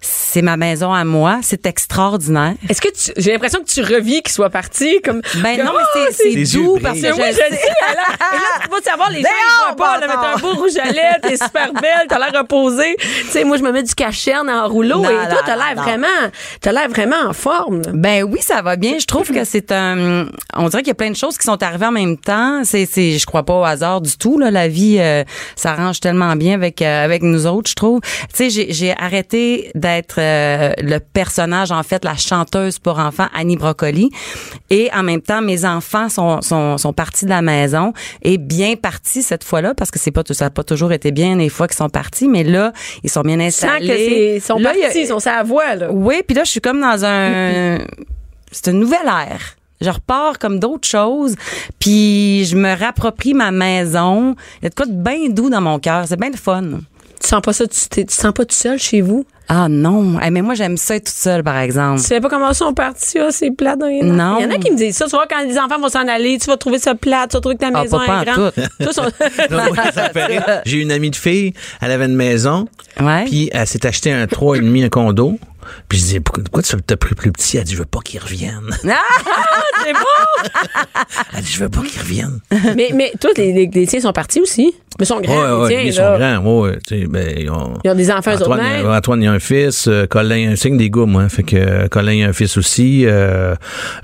Speaker 5: c'est ma maison à moi. C'est extraordinaire.
Speaker 3: Est-ce que tu, j'ai l'impression que tu revis qu'il soit parti comme.
Speaker 5: Ben
Speaker 3: comme,
Speaker 5: non,
Speaker 3: Ah,
Speaker 5: mais c'est-
Speaker 6: Les
Speaker 5: c'est
Speaker 6: yeux
Speaker 5: doux
Speaker 6: brillent.
Speaker 5: parce que
Speaker 3: Mais oui, je le sais. Et là, et là, tu vas savoir, les gens, ils voient pas, là,
Speaker 5: Léon,
Speaker 3: mais t'as un beau rouge à lèvres, t'es super belle, t'as l'air reposée. Tu sais, moi, je me mets du cacherne en rouleau
Speaker 5: Non,
Speaker 3: et toi,
Speaker 5: non,
Speaker 3: t'as
Speaker 5: non,
Speaker 3: l'air
Speaker 5: non.
Speaker 3: vraiment, t'as l'air vraiment en forme, là.
Speaker 5: Ben oui, ça va bien. Je trouve que c'est un. On dirait qu'il y a plein de choses qui sont arrivées en même temps. C'est, c'est, je crois pas au hasard du tout. Là, la vie euh, s'arrange tellement bien avec euh, avec nous autres, je trouve. Tu sais, j'ai, j'ai arrêté d'être euh, le personnage en fait, la chanteuse pour enfants Annie Brocoli, et en même temps, mes enfants sont sont, sont partis de la maison et bien partis cette fois-là parce que c'est pas tout- ça a pas toujours été bien les fois qu'ils sont partis, mais là, ils sont bien
Speaker 3: Tu sens que
Speaker 5: installés.
Speaker 3: c'est, Ben, ils sont
Speaker 5: Là, il y a-
Speaker 3: partis, ils sont sa voix, là.
Speaker 5: oui, puis là, je suis comme dans un. C'est une nouvelle ère. Je repars comme d'autres choses, puis je me rapproprie ma maison. Il y a de quoi de bien doux dans mon cœur. C'est bien le fun.
Speaker 3: Tu sens pas ça, tu, t'es- tu sens pas tout seul chez vous?
Speaker 5: Ah non, Eh, mais moi, j'aime ça être toute seule, par exemple.
Speaker 3: Tu sais pas comment ils sont partis, ah, c'est plat dans les
Speaker 5: Non.
Speaker 3: Il y en a qui me disent ça, tu vois, quand les enfants vont s'en aller, tu vas trouver ça plat, tu vas trouver que ta
Speaker 5: Ah,
Speaker 3: maison
Speaker 5: pas
Speaker 3: est
Speaker 5: pas en
Speaker 3: grande.
Speaker 5: tout.
Speaker 3: Toi, sont-
Speaker 6: Non, moi, ça me fait rire. J'ai une amie de fille, elle avait une maison,
Speaker 3: Hein?
Speaker 5: Ouais.
Speaker 6: puis elle s'est acheté un 3,5, un condo. Puis je disais, pourquoi, pourquoi tu t'as pris plus petit? Elle dit, je veux pas qu'il revienne.
Speaker 3: Ah, C'est beau!
Speaker 6: Elle dit, je veux pas qu'il revienne.
Speaker 3: mais, mais toi, les, les, les tiens sont partis aussi. Mais ils sont grands,
Speaker 6: ouais, ouais,
Speaker 3: les tiens,
Speaker 6: ils
Speaker 3: là.
Speaker 6: sont grands. Ouais, ouais, tu sais, ben, ils, ont,
Speaker 3: Ils ont des enfants, eux autres
Speaker 6: Antoine,
Speaker 3: mêmes.
Speaker 6: euh, Antoine, il a un fils. euh, Colin, il a un signe des gars, moi. Fait que euh, Colin, il a un fils aussi. Euh,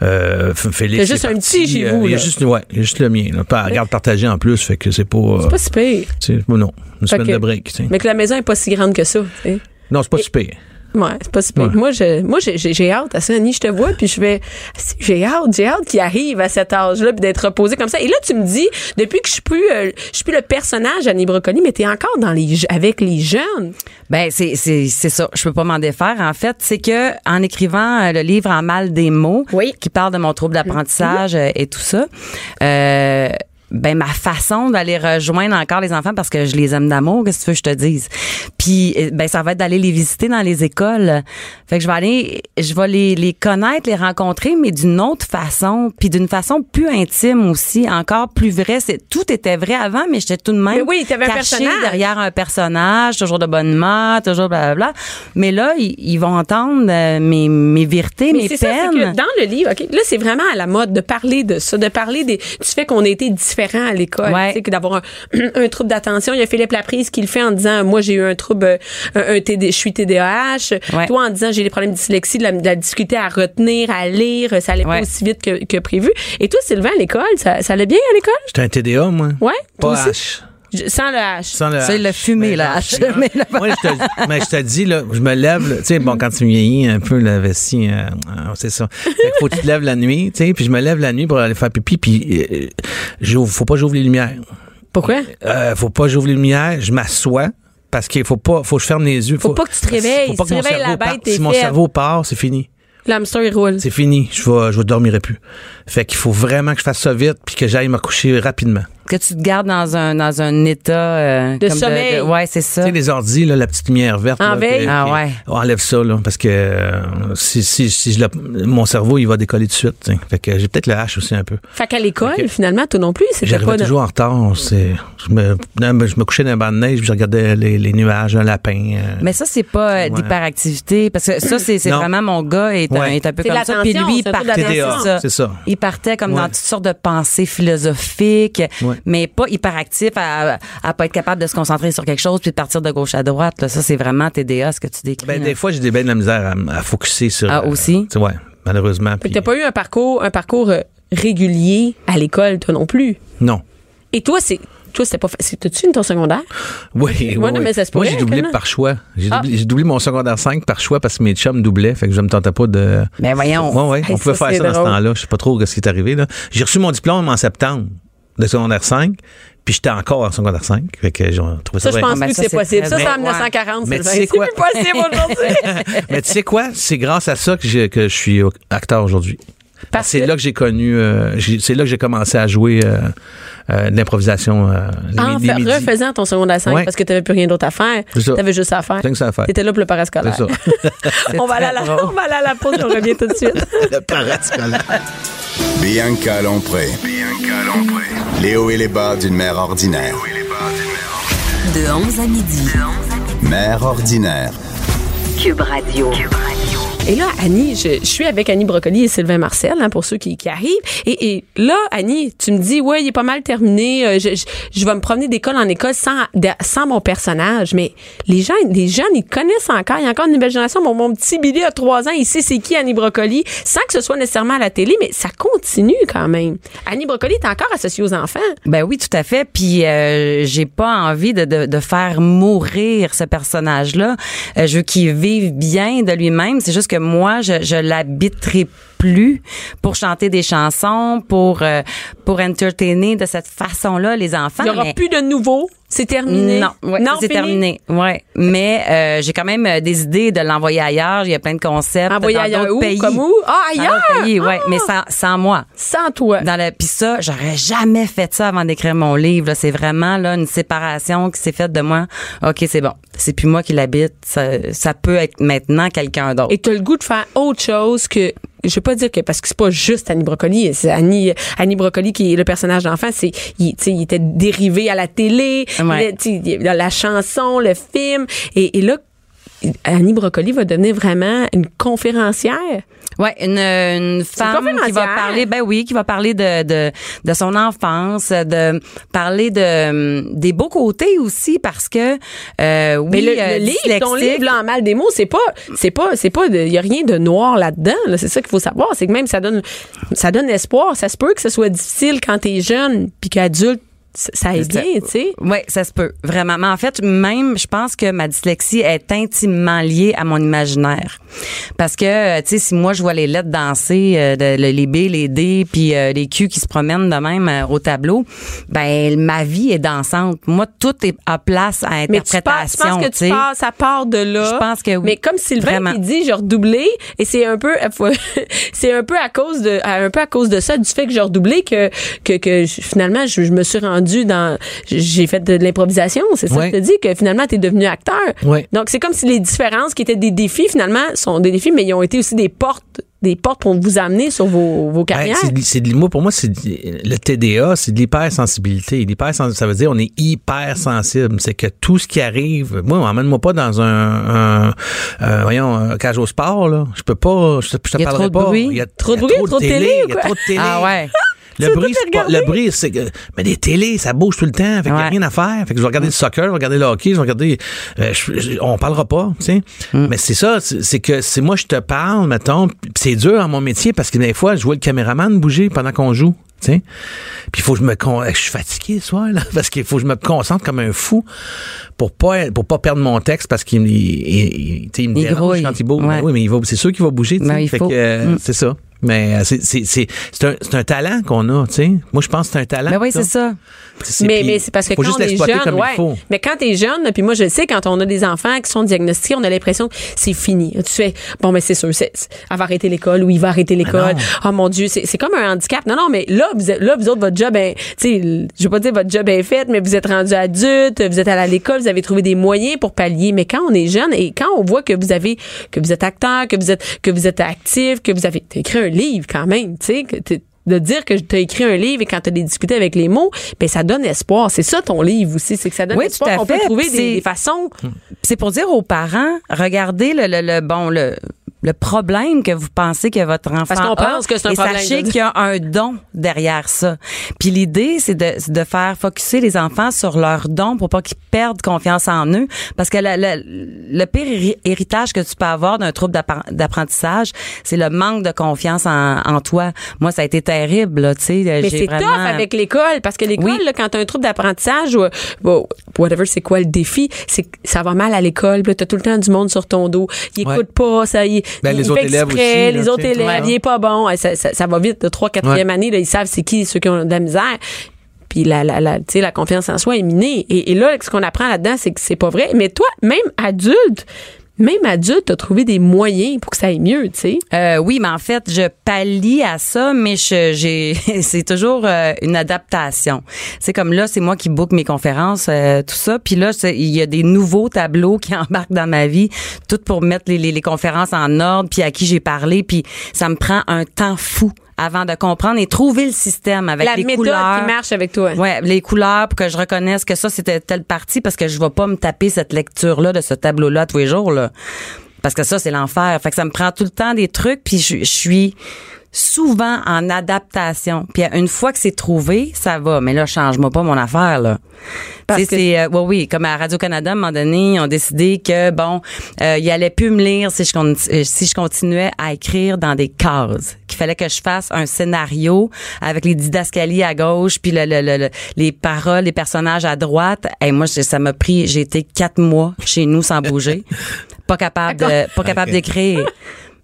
Speaker 6: euh, F- Félix.
Speaker 3: Il y a juste
Speaker 6: est
Speaker 3: un
Speaker 6: parti, euh,
Speaker 3: petit chez vous,
Speaker 6: Il y a
Speaker 3: là.
Speaker 6: juste, ouais, il y a juste le mien. Là. Pas, regarde partagé en plus. Fait que c'est pas. euh,
Speaker 3: C'est pas si pire.
Speaker 6: tu sais, non, une
Speaker 3: Fait
Speaker 6: semaine
Speaker 3: que-
Speaker 6: de break. tu sais.
Speaker 3: Mais que la maison est pas si grande que ça. tu sais.
Speaker 6: Non, c'est pas si pire.
Speaker 3: Ouais, c'est pas si pire.
Speaker 6: Ouais.
Speaker 3: Moi, je, moi, j'ai, j'ai- j'ai hâte à ça, Annie, je te vois, puis je vais, si, j'ai hâte, j'ai hâte qu'il arrive à cet âge-là, puis d'être reposé comme ça. Et là, tu me dis, depuis que je suis plus, euh, je suis plus le personnage Annie Brocoli, mais t'es encore dans les, je- avec les jeunes.
Speaker 5: Ben c'est c'est c'est ça, je peux pas m'en défaire en fait, c'est que en écrivant euh, le livre en mal des mots
Speaker 3: Oui. Mm-hmm.
Speaker 5: qui parle de mon trouble d'apprentissage euh, et tout ça. euh, ben ma façon d'aller rejoindre encore les enfants parce que je les aime d'amour, qu'est-ce que tu veux que je te dise Puis euh, ben ça va être d'aller les visiter dans les écoles. Fait que je vais aller je vais les les connaître, les rencontrer mais d'une autre façon, puis d'une façon plus intime aussi, encore plus vraie, c'est tout était vrai avant mais j'étais tout de même
Speaker 3: Mais oui, t'avais un
Speaker 5: cachée
Speaker 3: personnage.
Speaker 5: derrière derrière un personnage, toujours de bonne humeur, toujours blablabla. Mais là, ils, ils vont entendre euh, mes, mes vérités, mes
Speaker 3: c'est ça, c'est
Speaker 5: peines.
Speaker 3: que dans le livre, ok, là, c'est vraiment à la mode de parler de ça, de parler des, du fait qu'on a été différents à l'école.
Speaker 5: Ouais.
Speaker 3: Tu sais, que d'avoir un, un trouble d'attention. Il y a Philippe Laprise qui le fait en disant, moi, j'ai eu un trouble, euh, un, un TD je suis TDAH.
Speaker 5: Ouais.
Speaker 3: Toi, en disant, j'ai des problèmes de dyslexie, de la, de la difficulté à retenir, à lire. Ça allait pas
Speaker 5: Ouais.
Speaker 3: aussi vite que, que prévu. Et toi, Sylvain, à l'école, ça, ça allait bien à l'école?
Speaker 6: J'étais un TDA, moi.
Speaker 3: Ouais? Toi
Speaker 6: Pas
Speaker 3: aussi?
Speaker 6: H.
Speaker 3: Je- sans le H.
Speaker 6: Sans le
Speaker 5: Ça, il
Speaker 6: H.
Speaker 5: l'a fumé,
Speaker 6: Mais
Speaker 5: là,
Speaker 6: non,
Speaker 5: H.
Speaker 6: c'est-
Speaker 5: Mais là-
Speaker 6: Moi, je te, mais je te dis, là, je me lève, là, tu sais, bon, quand tu vieillis un peu, la vessie, euh, euh, c'est ça. Fait que faut que tu te lèves la nuit, tu sais, puis je me lève la nuit pour aller faire pipi, puis euh, j'ouvre- faut pas que j'ouvre les lumières.
Speaker 3: Pourquoi?
Speaker 6: Euh, faut pas que j'ouvre les lumières, je m'assois. Parce qu'il faut pas, faut que je ferme les yeux.
Speaker 3: Faut pas que tu te réveilles.
Speaker 6: Faut pas
Speaker 3: Si
Speaker 6: que mon
Speaker 3: tu réveilles, la
Speaker 6: cerveau
Speaker 3: bête
Speaker 6: parte.
Speaker 3: est
Speaker 6: Si mon
Speaker 3: faible.
Speaker 6: cerveau part, c'est fini.
Speaker 3: L'hamster, il roule.
Speaker 6: C'est fini. Je vais, je vais dormirai plus. Fait qu'il faut vraiment que je fasse ça vite puis que j'aille me coucher rapidement.
Speaker 5: que tu te gardes dans un, dans un état euh,
Speaker 3: De sommeil.
Speaker 5: ouais, c'est ça.
Speaker 6: Tu sais, les ordis, là, la petite lumière verte.
Speaker 3: En
Speaker 6: là,
Speaker 3: veille?
Speaker 6: que-
Speaker 5: Ah
Speaker 6: que-
Speaker 5: ouais.
Speaker 6: on enlève ça, là, parce que euh, si, si, si je la- mon cerveau, il va décoller tout de suite. tu sais. Fait que j'ai peut-être le H aussi un peu.
Speaker 3: Fait qu'à l'école,
Speaker 6: Ok.
Speaker 3: finalement, toi non plus, c'était
Speaker 6: J'arrivais
Speaker 3: pas... dans-
Speaker 6: toujours en retard. c'est- Je me, non, mais je me couchais dans un banc de neige, puis je regardais les, les nuages, un lapin. euh,
Speaker 5: Mais ça, c'est pas euh,
Speaker 6: Ouais.
Speaker 5: d'hyperactivité. Parce que ça, c'est c'est
Speaker 6: Non.
Speaker 5: vraiment mon gars est, un,
Speaker 6: Ouais.
Speaker 5: est un peu
Speaker 3: C'est
Speaker 5: comme ça. Puis
Speaker 3: l'attention,
Speaker 5: lui, il
Speaker 3: c'est un trouble
Speaker 5: partait,
Speaker 3: d'attention.
Speaker 5: c'est ça.
Speaker 6: C'est ça.
Speaker 5: Il partait comme dans
Speaker 6: Ouais.
Speaker 5: toutes sortes de pensées philosophiques,
Speaker 6: Ouais.
Speaker 5: mais pas hyperactif à, à pas être capable de se concentrer sur quelque chose puis de partir de gauche à droite. là. Ça, c'est vraiment TDA, ce que tu décris.
Speaker 6: Ben,
Speaker 5: là.
Speaker 6: des fois, j'ai des bains de la misère à, me- à focuser sur.
Speaker 5: Ah,
Speaker 6: euh,
Speaker 5: aussi?
Speaker 6: tu sais, ouais, malheureusement.
Speaker 3: Fait que
Speaker 6: puis-
Speaker 3: t'as pas eu un parcours, un parcours euh, régulier à l'école, toi non plus.
Speaker 6: Non.
Speaker 3: Et toi, c'est... Toi, c'était pas facile. T'as-tu une ton secondaire?
Speaker 6: Oui, oui,
Speaker 3: Ouais, non,
Speaker 6: oui.
Speaker 3: mais ça se
Speaker 6: Moi,
Speaker 3: pourrait,
Speaker 6: j'ai doublé
Speaker 3: Conan.
Speaker 6: par choix. J'ai
Speaker 3: Ah.
Speaker 6: doublé, j'ai doublé mon secondaire 5 par choix parce que mes chums doublaient. Fait que je me tentais pas de.
Speaker 5: Ben, voyons.
Speaker 6: Ouais, ouais,
Speaker 3: Hey,
Speaker 6: on pouvait
Speaker 3: ça,
Speaker 6: faire
Speaker 3: c'est
Speaker 6: ça dans ce
Speaker 3: drôle.
Speaker 6: temps-là. Je sais pas trop ce qui est arrivé. là. J'ai reçu mon diplôme en septembre de secondaire 5, puis j'étais encore en secondaire 5. Fait que j'ai trouvé
Speaker 3: Ça,
Speaker 6: ça,
Speaker 3: je
Speaker 6: bien.
Speaker 3: pense
Speaker 5: ben,
Speaker 3: plus que
Speaker 5: ça,
Speaker 3: c'est
Speaker 5: c'est
Speaker 3: possible.
Speaker 5: très
Speaker 3: Ça, c'est
Speaker 5: bien.
Speaker 3: en 1940,
Speaker 6: Mais
Speaker 3: Sylvain.
Speaker 6: tu sais
Speaker 3: C'est
Speaker 6: quoi?
Speaker 3: plus possible aujourd'hui.
Speaker 6: Mais tu sais quoi? C'est grâce à ça que, j'ai- que je suis acteur aujourd'hui.
Speaker 3: Parce
Speaker 6: C'est
Speaker 3: que-
Speaker 6: là que j'ai connu, euh, j'ai- c'est là que j'ai commencé à jouer euh, euh, de l'improvisation. euh, les-
Speaker 3: En
Speaker 6: les
Speaker 3: fa-
Speaker 6: midis.
Speaker 3: Ah, refaisant ton secondaire 5
Speaker 6: Ouais.
Speaker 3: parce que t'avais plus rien d'autre à faire.
Speaker 6: C'est ça.
Speaker 3: T'avais juste ça à faire.
Speaker 6: C'est que ça à faire.
Speaker 3: T'étais là pour le
Speaker 6: C'est
Speaker 3: parascolaire.
Speaker 6: ça.
Speaker 3: on, va aller à la, on va aller à la pause et on revient tout de suite.
Speaker 6: Le parascolaire.
Speaker 2: Bianca Lompré. Les hauts et les bas d'une mère ordinaire.
Speaker 1: De 11 à midi.
Speaker 2: Mère ordinaire.
Speaker 1: Cube Radio.
Speaker 3: Et là, Annie, je, je suis avec Annie Brocoli et Sylvain Marcel, hein, pour ceux qui, qui arrivent. Et, et là, Annie, tu me dis, ouais, il est pas mal terminé. euh, Je, je, je vais me promener d'école en école sans, de- sans mon personnage. Mais les gens, les jeunes, ils connaissent encore. Il y a encore une nouvelle génération. Mon, mon petit Billy a trois ans. Il sait c'est qui Annie Brocoli, sans que ce soit nécessairement à la télé, mais ça continue quand même. Annie Brocoli est encore associée aux enfants.
Speaker 5: Ben oui, tout à fait. Puis euh, j'ai pas envie de, de, de faire mourir ce personnage-là. Euh, je veux qu'il vive bien de lui-même. C'est juste que moi, je, je l'habiterai plus pour chanter des chansons, pour euh, pour entertainer de cette façon-là les
Speaker 3: Il
Speaker 5: enfants.
Speaker 3: n'y aura
Speaker 5: Ah, mais-
Speaker 3: plus de nouveau. C'est terminé.
Speaker 5: Non, ouais, ça, c'est
Speaker 3: fini.
Speaker 5: terminé. Ouais, mais euh, j'ai quand même euh, des idées de l'envoyer ailleurs. Il y a plein de concepts
Speaker 3: Envoyer
Speaker 5: dans
Speaker 3: ailleurs
Speaker 5: d'autres
Speaker 3: où,
Speaker 5: pays.
Speaker 3: comme où? Ah,
Speaker 5: Dans
Speaker 3: ailleurs!
Speaker 5: d'autres pays, ouais,
Speaker 3: Ah!
Speaker 5: mais sans, sans moi.
Speaker 3: Sans toi.
Speaker 5: Dans le puis ça, j'aurais jamais fait ça avant d'écrire mon livre. là. C'est vraiment là une séparation qui s'est faite de moi. Ok, c'est bon. C'est plus moi qui l'habite. Ça, ça peut être maintenant quelqu'un d'autre.
Speaker 3: et t'as le goût de faire autre chose que je vais pas dire que parce que c'est pas juste Annie Brocoli, c'est Annie Annie Brocoli qui est le personnage d'enfant, c'est il, tu sais, il était dérivé à la télé,
Speaker 5: Ouais.
Speaker 3: le- tu sais, il- la, chanson, le film et, et là Annie Brocoli va devenir vraiment une conférencière.
Speaker 5: Ouais, une, une femme qui va
Speaker 3: conférencière.
Speaker 5: parler, ben oui, qui va parler de, de, de son enfance, de parler de hum, des beaux côtés aussi parce que euh, oui,
Speaker 3: Mais le, le
Speaker 5: euh,
Speaker 3: livre, ton
Speaker 5: dyslexique.
Speaker 3: livre là, en mal des mots, c'est pas c'est pas c'est pas de- il y a rien de noir là-dedans, là. c'est ça qu'il faut savoir, c'est que même ça donne ça donne espoir, ça se peut que ce soit difficile quand t'es jeune puis qu'adulte ça- ça aille
Speaker 5: Ça-
Speaker 3: bien, tu sais.
Speaker 5: Oui, ça se peut, vraiment. Mais en fait, même, je pense que ma dyslexie est intimement liée à mon imaginaire. Parce que, euh, tu sais, si moi, je vois les lettres danser, euh, de- le- les B, les D, puis euh, les Q qui se promènent de même euh, au tableau, ben ma vie est dansante. Moi, tout est à place à
Speaker 3: Mais tu penses, tu
Speaker 5: interprétation.
Speaker 3: penses que
Speaker 5: sais.
Speaker 3: tu pars, ça part de là.
Speaker 5: Je pense que oui.
Speaker 3: Mais comme Sylvain
Speaker 5: Vraiment.
Speaker 3: qui dit, j'ai redoublé, et c'est un peu, c'est un peu à cause de, à- un peu à cause de ça, du fait que j'ai redoublé que, que, que je- finalement, je, je me suis rendu dans, j'ai fait de l'improvisation, c'est ça
Speaker 6: Ouais.
Speaker 3: que je te dis, que finalement, t'es devenu acteur.
Speaker 6: Ouais.
Speaker 3: Donc, c'est comme si les différences qui étaient des défis, finalement, sont des défis, mais ils ont été aussi des portes, des portes pour vous amener sur vos, vos
Speaker 6: Ben,
Speaker 3: carrières.
Speaker 6: c'est de- c'est de- moi, pour moi, c'est de- le TDA, c'est de l'hypersensibilité. L'hypersensibilité, ça veut dire on est hypersensible. C'est que tout ce qui arrive, moi, emmène-moi pas dans un, un- euh, voyons, un cage au sport, là. Je peux pas, je, te- je te
Speaker 5: Il y a
Speaker 6: parlerai
Speaker 5: trop de
Speaker 6: pas.
Speaker 5: bruit.
Speaker 6: Il y a
Speaker 3: Trop de bruit, trop de télé, ou
Speaker 6: il y a
Speaker 3: quoi?
Speaker 6: trop de télé.
Speaker 5: Ah ouais.
Speaker 3: Tu
Speaker 6: Le
Speaker 3: veux
Speaker 6: bruit,
Speaker 3: tout
Speaker 6: c'est pas-
Speaker 3: regarder?
Speaker 6: le bruit, c'est que, mais des télés, ça bouge tout le temps. Fait qu'il y
Speaker 5: Ouais.
Speaker 6: a rien à faire. Fait que je vais regarder le soccer, je vais regarder le hockey, je vais regarder, euh, je- je- on parlera pas, tu sais. Mais c'est ça, c'est c'est que si moi je te parle, mettons, pis c'est dur en mon métier parce que des fois, je vois le caméraman bouger pendant qu'on joue. tu sais. Puis il faut que je me con... je suis fatigué ce soir là parce qu'il faut que je me concentre comme un fou pour pas pour pas perdre mon texte parce qu'il me- il, il- il- tu sais, il me
Speaker 5: Il
Speaker 6: dérange
Speaker 5: grouille.
Speaker 6: quand il bouge.
Speaker 5: Ouais.
Speaker 6: Ben oui, mais il va c'est sûr qu'il va bouger, tu
Speaker 5: Ben,
Speaker 6: sais.
Speaker 5: il
Speaker 6: Fait
Speaker 5: faut.
Speaker 6: que, euh,
Speaker 5: Mm.
Speaker 6: c'est ça. Mais euh, c'est- c'est c'est- c'est un, c'est un talent qu'on a, tu sais. Moi, je pense que c'est un talent.
Speaker 5: Mais Ben
Speaker 3: Ben
Speaker 5: oui, c'est ça.
Speaker 3: Mais,
Speaker 6: puis
Speaker 3: mais c'est parce que
Speaker 6: faut
Speaker 3: quand
Speaker 6: juste
Speaker 3: on est
Speaker 6: l'exploiter
Speaker 3: jeune,
Speaker 6: comme
Speaker 3: ouais.
Speaker 6: il faut.
Speaker 3: Mais quand t'es jeune, là, puis moi je le sais, quand on a des enfants qui sont diagnostiqués, on a l'impression que c'est fini. Tu fais bon, mais c'est sûr, c'est, c'est- elle va arrêter l'école ou il va arrêter l'école. Oh mon Dieu, c'est, c'est comme un handicap. Non, non, mais là, vous, êtes- là, vous autres, votre job, est- tu sais, je veux pas dire votre job est fait, mais vous êtes rendu adulte, vous êtes allé à l'école, vous avez trouvé des moyens pour pallier. Mais quand on est jeune et quand on voit que vous avez, que vous êtes acteur, que vous êtes, que vous êtes actif, que vous avez t'as écrit un livre quand même, tu sais, que t'es- de dire que tu as écrit un livre et quand tu as discuté avec les mots, ben ça donne espoir. C'est ça ton livre aussi, c'est que ça donne
Speaker 5: Oui,
Speaker 3: espoir.
Speaker 5: tout à
Speaker 3: On peut
Speaker 5: fait,
Speaker 3: trouver
Speaker 5: puis
Speaker 3: des,
Speaker 5: c'est-
Speaker 3: des façons.
Speaker 5: Puis c'est pour dire aux parents, regardez le, le, le- bon le le problème que vous pensez que votre enfant
Speaker 3: Parce qu'on
Speaker 5: a,
Speaker 3: pense que c'est un
Speaker 5: et
Speaker 3: problème, je veux
Speaker 5: sachez
Speaker 3: dire.
Speaker 5: qu'il y a un don derrière ça. Puis l'idée c'est de, c'est de faire focuser les enfants sur leur don pour pas qu'ils perdent confiance en eux parce que la- la- le pire héri- héritage que tu peux avoir d'un trouble d'appren- d'apprentissage, c'est le manque de confiance en, en toi. Moi ça a été terrible là, tu sais,
Speaker 3: Mais
Speaker 5: j'ai
Speaker 3: c'est
Speaker 5: vraiment-
Speaker 3: tough avec l'école parce que l'école,
Speaker 5: Oui.
Speaker 3: là, quand t'as un trouble d'apprentissage ou euh, bon, whatever, c'est quoi le défi, c'est que ça va mal à l'école. Puis là, t'as tout le temps du monde sur ton dos. Il
Speaker 6: Ouais.
Speaker 3: écoute pas, ça, il,
Speaker 6: Ben,
Speaker 3: il
Speaker 6: les
Speaker 3: fait
Speaker 6: autres élèves
Speaker 3: exprès,
Speaker 6: aussi, là,
Speaker 3: les autres
Speaker 6: tu sais,
Speaker 3: élèves,
Speaker 6: ouais.
Speaker 3: il est pas bon. Ouais, Ça, ça, ça va vite, de 3 4 e
Speaker 6: Ouais.
Speaker 3: année, là, ils savent c'est qui ceux qui ont de la misère. Puis la, la, la, tu sais, la confiance en soi est minée. Et, et là, ce qu'on apprend là-dedans, c'est que c'est pas vrai. Mais toi, même adulte, même adulte, t'as trouvé des moyens pour que ça aille mieux, tu sais.
Speaker 5: Euh, oui, mais en fait, je pallie à ça, mais je- j'ai c'est toujours euh, une adaptation. C'est comme là, c'est moi qui book mes conférences, euh, tout ça. Puis là, c'est- il y a des nouveaux tableaux qui embarquent dans ma vie, tout pour mettre les, les- les conférences en ordre, puis à qui j'ai parlé, puis ça me prend un temps fou avant de comprendre et trouver le système avec
Speaker 3: la
Speaker 5: les
Speaker 3: méthode
Speaker 5: couleurs.
Speaker 3: qui marche avec toi.
Speaker 5: Ouais, les couleurs pour que je reconnaisse que ça c'était telle partie parce que je vais pas me taper cette lecture là de ce tableau là tous les jours là. Parce que ça c'est l'enfer. Fait que ça me prend tout le temps des trucs puis je, je suis souvent en adaptation. Puis une fois que c'est trouvé, ça va, mais là change-moi pas mon affaire là.
Speaker 3: Parce
Speaker 5: Tu sais,
Speaker 3: que-
Speaker 5: c'est euh, ouais, oui, comme à Radio Canada à un moment donné, ils ont décidé que bon, euh, il allait plus me lire si je con- euh, si je continuais à écrire dans des cases, qu'il fallait que je fasse un scénario avec les didascalies à gauche puis le, le- le- le- les paroles, les personnages à droite. Et moi j'ai- ça m'a pris, j'ai été quatre mois chez nous sans bouger, pas capable de, pas capable d'écrire.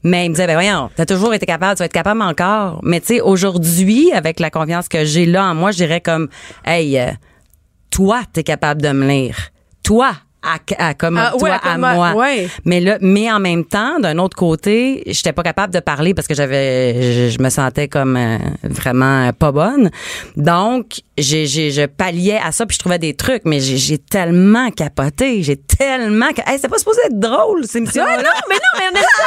Speaker 5: Mais il me disait, ben voyons, t'as toujours été capable, tu vas être capable encore. Mais tu sais, aujourd'hui, avec la confiance que j'ai là en moi, je dirais comme, hey, euh, toi, t'es capable de me lire. Toi, à, à- comme
Speaker 3: Ah,
Speaker 5: toi
Speaker 3: ouais,
Speaker 5: à,
Speaker 3: comme à-
Speaker 5: moi.
Speaker 3: ouais.
Speaker 5: Mais là, mais en même temps, d'un autre côté, j'étais pas capable de parler parce que j'avais, je, je me sentais comme euh, vraiment euh, pas bonne. Donc, j'ai, j'ai- je palliais à ça puis je trouvais des trucs, mais j'ai, j'ai tellement capoté, j'ai tellement, ca- hey, c'est pas supposé être drôle, c'est
Speaker 3: Non, non, mais non, mais on aime ça.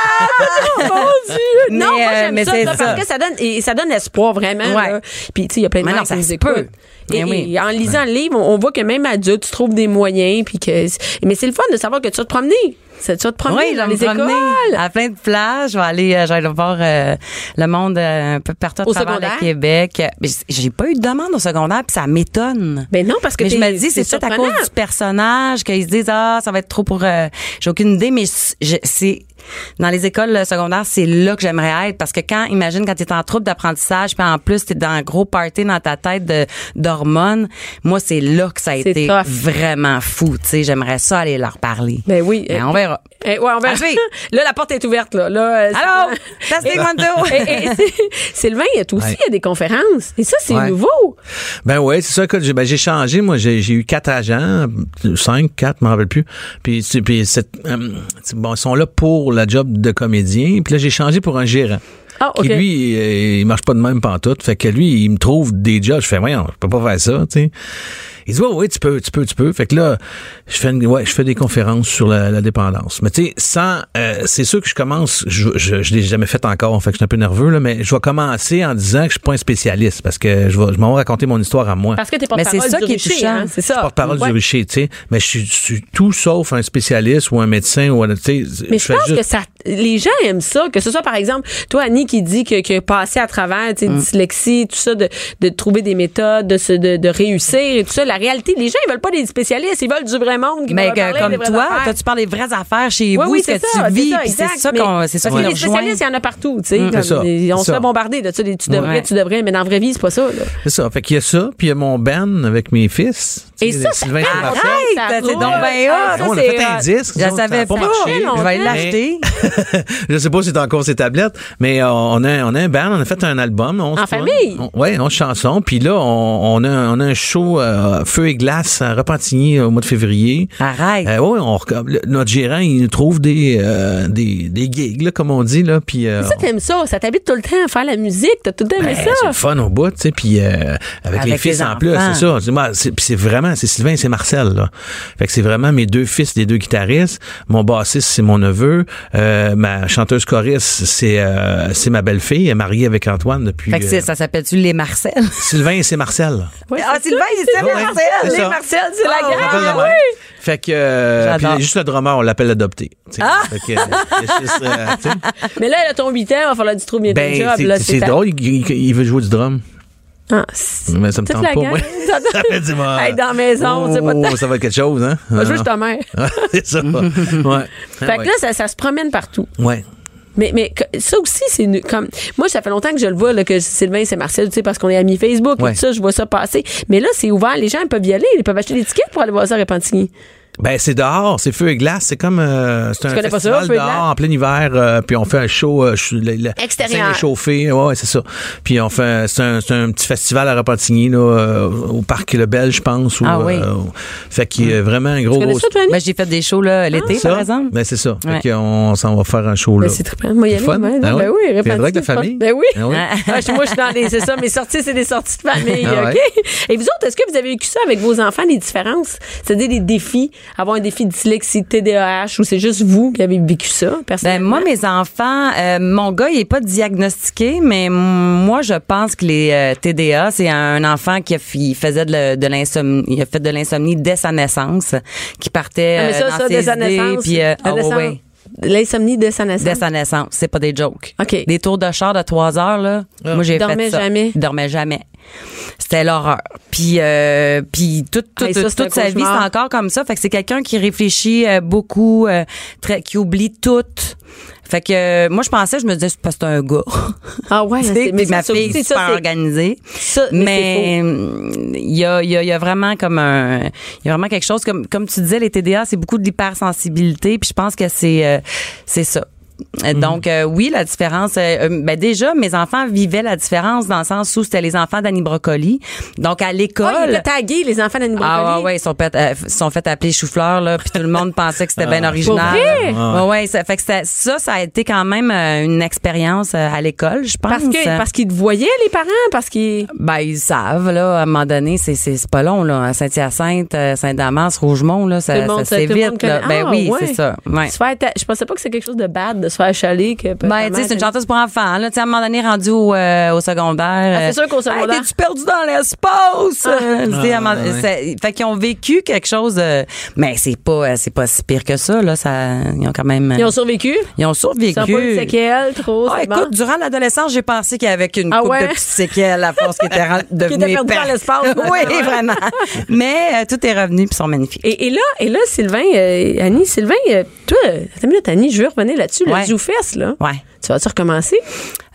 Speaker 3: Ah, mon Dieu. Non,
Speaker 5: Mais,
Speaker 3: moi,
Speaker 5: euh,
Speaker 3: j'aime
Speaker 5: mais
Speaker 3: ça,
Speaker 5: c'est
Speaker 3: ça,
Speaker 5: ça.
Speaker 3: parce que ça donne, et ça donne espoir, vraiment.
Speaker 5: Ouais.
Speaker 3: là. Puis, tu sais, il y a plein de
Speaker 5: Mais
Speaker 3: gens
Speaker 5: non,
Speaker 3: qui
Speaker 5: ça
Speaker 3: nous
Speaker 5: se
Speaker 3: écoutent.
Speaker 5: peut.
Speaker 3: Et,
Speaker 5: Mais oui.
Speaker 3: et en lisant le livre, on on voit que même adulte, tu trouves des moyens. Puis que, mais c'est le fun de savoir que tu vas te promener. C'est- Tu vas te promener
Speaker 5: Oui, je
Speaker 3: dans
Speaker 5: vais me
Speaker 3: les
Speaker 5: promener Ah.
Speaker 3: écoles.
Speaker 5: à plein de plages. Je vais aller, euh, je vais aller voir euh, le monde euh, un peu partout
Speaker 3: Au
Speaker 5: au travers
Speaker 3: secondaire?
Speaker 5: le Québec. Mais j- j'ai pas eu de demande au secondaire, puis ça m'étonne.
Speaker 3: Ben non, parce que
Speaker 5: mais je
Speaker 3: t'es-
Speaker 5: me dis,
Speaker 3: t'es
Speaker 5: c'est peut-être à cause
Speaker 3: surprenante.
Speaker 5: du personnage qu'ils se disent ah ça va être trop pour. euh, j'ai aucune idée, mais je- c'est dans les écoles secondaires, c'est là que j'aimerais être parce que quand imagine quand t'es en trouble d'apprentissage, puis en plus t'es dans un gros party dans ta tête de d'hormones. Moi, c'est là que ça a
Speaker 3: C'est
Speaker 5: été
Speaker 3: tough.
Speaker 5: vraiment fou. Tu sais, j'aimerais ça aller leur parler.
Speaker 3: Ben oui.
Speaker 5: Mais on verra.
Speaker 3: Eh, ouais, on va-
Speaker 5: Allez.
Speaker 3: Là, la porte est ouverte, là. là euh, c'est-
Speaker 5: Allô? Testing one, two.
Speaker 3: Et- et c'est- Sylvain, il y a toi aussi,
Speaker 6: Ouais.
Speaker 3: il y a des conférences. Et ça, c'est
Speaker 6: Ouais.
Speaker 3: nouveau.
Speaker 6: Ben ouais, c'est ça. écoute, j'ai ben, j'ai changé. Moi, j'ai j'ai eu quatre agents, cinq, quatre, je m'en rappelle plus. Puis, c'est- puis cette, euh, c'est- bon, ils sont là pour la job de comédien. Puis là, j'ai changé pour un gérant.
Speaker 3: Ah, OK.
Speaker 6: Qui, lui, euh, il marche pas de même pantoute. Fait que lui, il me trouve des jobs. Je fais, voyons, je peux pas faire ça, tu sais. Il dit, ouais, ouais, tu peux, tu peux, tu peux. Fait que là, je fais, une- ouais, je fais des conférences sur la, la dépendance. Mais tu sais, sans, euh, c'est sûr que je commence, je, je, je l'ai jamais fait encore, fait que je suis un peu nerveux, là, mais je vais commencer en disant que je suis pas un spécialiste parce que je vais, je m'en vais raconter mon histoire à moi.
Speaker 3: Parce que t'es
Speaker 5: Mais
Speaker 3: porte-parole
Speaker 5: c'est ça
Speaker 3: du
Speaker 5: qui est
Speaker 3: Richer,
Speaker 5: touchant.
Speaker 3: hein, c'est ça.
Speaker 6: porte-parole
Speaker 3: Ouais.
Speaker 6: du richer, tu sais. Mais je suis, je suis tout sauf un spécialiste ou un médecin ou un, tu sais.
Speaker 3: Mais je
Speaker 6: fais
Speaker 3: pense
Speaker 6: juste-
Speaker 3: que ça, les gens aiment ça, que ce soit par exemple toi Annie qui dit que, que passer à travers, tu sais,
Speaker 5: Mm.
Speaker 3: dyslexie, tout ça, de, de trouver des méthodes, de, se- de, de réussir et tout ça. La réalité, les gens ils veulent pas des spécialistes, ils veulent du vrai monde. Qui
Speaker 5: Mais
Speaker 3: va
Speaker 5: que-
Speaker 3: parler
Speaker 5: comme
Speaker 3: des vraies
Speaker 5: toi,
Speaker 3: affaires.
Speaker 5: toi, tu parles des vraies affaires chez
Speaker 3: Ouais,
Speaker 5: vous,
Speaker 3: oui,
Speaker 5: ce que
Speaker 3: c'est ça,
Speaker 5: tu vis, puis
Speaker 3: exact.
Speaker 5: c'est ça
Speaker 3: Mais-
Speaker 5: qu'on, c'est ça qui
Speaker 3: Puis
Speaker 5: nous
Speaker 3: Les
Speaker 5: rejoint. Mm.
Speaker 3: spécialistes, il y en a partout, tu sais. comme
Speaker 6: ça,
Speaker 3: des- on
Speaker 6: c'est
Speaker 3: se fait
Speaker 6: ça.
Speaker 3: bombarder de ça, des tu devrais,
Speaker 5: Ouais.
Speaker 3: tu devrais, mais dans la vraie vie, c'est pas ça. là.
Speaker 6: C'est ça. Fait qu'il y a ça, puis il y a mon band avec mes fils.
Speaker 3: Et
Speaker 6: Tu sais,
Speaker 3: ça,
Speaker 6: Sylvain
Speaker 3: ça-
Speaker 6: Sylvain.
Speaker 3: Arrête,
Speaker 5: Arrête,
Speaker 3: ça
Speaker 5: c'est
Speaker 3: roule.
Speaker 5: donc bien
Speaker 3: Ah,
Speaker 5: hot.
Speaker 3: ça,
Speaker 6: on a
Speaker 3: c'est
Speaker 6: fait un
Speaker 3: hot.
Speaker 6: disque.
Speaker 5: Je
Speaker 6: ça, ça a
Speaker 5: savais
Speaker 6: pas
Speaker 5: pas.
Speaker 6: marché.
Speaker 5: Je vais
Speaker 3: Mais-
Speaker 5: l'acheter.
Speaker 6: je sais pas si c'est encore ces tablettes, mais euh, on a, on a un band, on a fait un album. On
Speaker 3: En famille?
Speaker 6: Oui, 11 chansons. Puis là, on, on a, on a un show euh, Feu et Glace à Repentigny euh, au mois de février.
Speaker 5: Arrête.
Speaker 6: Euh, ouais, on reco- le- notre gérant, il nous trouve des, euh, des, des gigs, là, comme on dit. Là, puis, euh,
Speaker 3: Ça, t'aimes ça. Ça t'habite tout le temps à faire la musique. T'as tout le temps aimé
Speaker 6: ben, c'est
Speaker 3: ça.
Speaker 6: le fun au bout, tu sais, puis euh, avec,
Speaker 5: Avec
Speaker 6: les
Speaker 5: les
Speaker 6: fils en
Speaker 5: enfants.
Speaker 6: plus, c'est ça. C'est- moi, c'est- Puis c'est vraiment, c'est Sylvain et c'est Marcel, là. Fait que c'est vraiment mes deux fils des deux guitaristes. Mon bassiste, c'est mon neveu. Euh, ma chanteuse choriste, c'est euh, c'est ma belle-fille, elle est mariée avec Antoine depuis...
Speaker 5: Fait que
Speaker 6: euh,
Speaker 5: c'est- ça s'appelle-tu les Marcel?
Speaker 6: Sylvain et c'est Marcel.
Speaker 3: Ouais,
Speaker 5: ah,
Speaker 3: c'est
Speaker 5: Sylvain, c'est
Speaker 6: Ouais,
Speaker 5: Marcel!
Speaker 6: c'est
Speaker 5: Les
Speaker 6: ça.
Speaker 5: Marcel, c'est
Speaker 3: Ah,
Speaker 5: la
Speaker 6: On
Speaker 5: gang!
Speaker 6: l'appelle de même. Fait que euh,
Speaker 5: J'adore.
Speaker 6: puis juste le drummer, on l'appelle adopté. tu sais. Fait que, euh, les fils, euh, tu sais.
Speaker 3: ça. Mais là, elle a ton 8 ans. Il va falloir du trouver bien
Speaker 6: ben,
Speaker 3: ton job.
Speaker 6: c'est-
Speaker 3: là,
Speaker 6: c'est
Speaker 3: ta-
Speaker 6: drôle, il, il- il veut jouer du drum.
Speaker 3: Ah, c'est-
Speaker 6: Mais ça me
Speaker 3: Toute
Speaker 6: tente
Speaker 3: la
Speaker 6: pas,
Speaker 3: gang.
Speaker 6: moi. Ça fait du mal.
Speaker 3: Hey, dans la maison, tu sais, pas de
Speaker 6: Oh,
Speaker 3: temps.
Speaker 6: Ça Ah va être quelque chose, hein?
Speaker 3: Je
Speaker 6: Non,
Speaker 3: veux
Speaker 6: non.
Speaker 3: juste ta mère.
Speaker 6: Ah, c'est ça. ouais.
Speaker 3: Fait que là, ça, ça se promène partout.
Speaker 6: ouais.
Speaker 3: Mais, mais que- ça aussi, c'est une- comme. Moi, ça fait longtemps que je le vois, là, que Sylvain, c'est Marcel, tu sais, parce qu'on est amis Facebook et
Speaker 6: Ouais.
Speaker 3: tout ça, je vois ça passer. Mais là, c'est ouvert. Les gens, ils peuvent y aller. Ils peuvent acheter des tickets pour aller voir ça à Repentigny.
Speaker 6: Ben c'est dehors, c'est feu et glace, c'est comme euh, c'est un
Speaker 3: connais
Speaker 6: festival
Speaker 3: pas ça, feu et
Speaker 6: dehors
Speaker 3: glace?
Speaker 6: en plein hiver, euh, puis on fait un show euh, ch- la- la-
Speaker 3: Extérieur.
Speaker 6: la scène est chauffée, ouais, ouais, c'est ça. Puis on fait un- c'est un, c'est un petit festival à Repentigny là, euh, au parc Lebel, je pense. ou,
Speaker 5: Ah oui.
Speaker 6: euh, fait qu'il y a vraiment un gros
Speaker 3: Hum. Tu connais
Speaker 6: gros.
Speaker 3: ça, toi, Annie?
Speaker 5: Moi, j'ai fait des shows là,
Speaker 3: Ah,
Speaker 5: l'été,
Speaker 6: Ça?
Speaker 5: par exemple.
Speaker 6: Ben c'est ça.
Speaker 5: Ouais.
Speaker 6: Fait qu'on s'en va faire un show là.
Speaker 3: Ben, c'est trippant. Moi, y
Speaker 6: C'est
Speaker 3: aller,
Speaker 6: fun.
Speaker 3: moi,
Speaker 6: Ah
Speaker 3: ben,
Speaker 6: ouais?
Speaker 3: oui,
Speaker 6: T'es
Speaker 3: Repentigny,
Speaker 6: avec la
Speaker 3: c'est fun.
Speaker 6: famille?
Speaker 3: Ben oui.
Speaker 6: Ah ouais?
Speaker 3: Ah, je- moi, je suis dans les. C'est ça, mes sorties, c'est des sorties de famille.
Speaker 6: Ah ouais.
Speaker 3: OK? Et vous autres, est-ce que vous avez vécu ça avec vos enfants, les différences? C'est-à-dire les défis? Avoir un défi de dyslexie, TDAH, ou c'est juste vous qui avez vécu ça,
Speaker 5: Ben,
Speaker 3: personnellement?
Speaker 5: moi, mes enfants, euh, mon gars, il est pas diagnostiqué, mais m- moi, je pense que les euh, TDA, c'est un enfant qui a, f- il faisait de, le- de l'insomnie, il a fait de l'insomnie dès sa naissance, qui partait
Speaker 3: Ah, mais
Speaker 5: euh,
Speaker 3: ça,
Speaker 5: dans
Speaker 3: ça,
Speaker 5: ses
Speaker 3: dès sa
Speaker 5: idées,
Speaker 3: naissance.
Speaker 5: puis euh,
Speaker 3: la
Speaker 5: ah, ouais,
Speaker 3: naissance-
Speaker 5: ouais,
Speaker 3: L'insomnie de sa naissance.
Speaker 5: dès sa naissance, c'est pas des jokes.
Speaker 3: OK. Ah.
Speaker 5: Des tours de char de trois heures là. Moi, j'ai
Speaker 3: Dormait
Speaker 5: fait ça.
Speaker 3: jamais.
Speaker 5: Il dormait jamais. C'était l'horreur. Puis, euh, puis toute, toute,
Speaker 3: Hey, ça, c'est un
Speaker 5: toute sa vie,
Speaker 3: cauchemar.
Speaker 5: c'est encore comme ça. Fait que c'est quelqu'un qui réfléchit euh, beaucoup, euh, très, qui oublie tout. Fait que euh, moi, je pensais, je me disais, c'est parce que c'est un gars.
Speaker 3: Ah ouais,
Speaker 5: Tu sais,
Speaker 3: c'est- mais
Speaker 5: puis ma
Speaker 3: ça,
Speaker 5: fille
Speaker 3: c'est
Speaker 5: est
Speaker 3: ça,
Speaker 5: super
Speaker 3: c'est-
Speaker 5: organisée.
Speaker 3: Ça, mais
Speaker 5: mais hum, il y a, il y, a, il y a vraiment comme un... Il y a vraiment quelque chose, comme, comme tu disais, les TDA, c'est beaucoup de l'hypersensibilité. Puis je pense que c'est euh, c'est ça. Euh,
Speaker 3: Mhm.
Speaker 5: Donc euh, oui la différence euh, euh, ben déjà mes enfants vivaient la différence dans le sens où c'était les enfants d'Annie Brocoli donc à l'école
Speaker 3: Ah, il était tagué, les enfants d'Annie
Speaker 5: ah
Speaker 3: Brocoli.
Speaker 5: ouais, ouais, ils sont fait, euh, ils sont fait appeler chou-fleur là, puis tout le monde pensait que c'était bien original.
Speaker 3: Ah. Pour vrai?
Speaker 5: Ouais, ouais, ça fait que ça, ça, ça a été quand même euh, une expérience euh, à l'école, je pense.
Speaker 3: Parce que parce qu'ils te voyaient les parents parce qu'ils
Speaker 5: ben ils savent là, à un moment donné, c'est c'est c'est pas long là, à Saint-Hyacinthe, euh, Saint-Damas, Rougemont là,
Speaker 3: tout
Speaker 5: ça
Speaker 3: le
Speaker 5: ça
Speaker 3: monde
Speaker 5: c'est
Speaker 3: tout le monde
Speaker 5: vite là.
Speaker 3: connaît.
Speaker 5: Ben
Speaker 3: Ah,
Speaker 5: oui,
Speaker 3: ouais.
Speaker 5: c'est ça. Ouais.
Speaker 3: Se faire ta- je pensais pas que c'est quelque chose de bad de se faire chaler que
Speaker 5: Ben, tu sais, c'est une chanteuse pour enfants. Là, tu sais, à un moment donné, rendu au, euh, au secondaire.
Speaker 3: Ah, c'est sûr qu'au
Speaker 5: euh,
Speaker 3: secondaire-
Speaker 5: Hey, T'es-tu perdu dans l'espace? Euh, tu sais, à un moment-
Speaker 6: Ah, ouais.
Speaker 5: c'est- Fait qu'ils ont vécu quelque chose. euh, mais c'est pas, euh, c'est pas si pire que ça, là. Ça, ils ont quand même.
Speaker 3: Ils ont survécu.
Speaker 5: ils ont survécu.
Speaker 3: Ils ont pas eu de séquelles trop.
Speaker 5: Ah,
Speaker 3: Oh, c'est bon.
Speaker 5: écoute, durant l'adolescence, j'ai pensé qu'avec une
Speaker 3: Ah
Speaker 5: coupe
Speaker 3: ouais?
Speaker 5: de petites séquelles, à force qui était ren- devenue
Speaker 3: était perdue dans
Speaker 5: épaisse.
Speaker 3: l'espace.
Speaker 5: oui, vraiment. Mais euh, tout est revenu puis ils sont magnifiques.
Speaker 3: Et, et là, et là, Sylvain, euh, Annie, Sylvain, euh, toi, euh, attends une minute, Annie, je veux revenir là-dessus, le
Speaker 5: Ouais.
Speaker 3: Zoufest, là.
Speaker 5: Ouais.
Speaker 3: Tu vas-tu recommencer?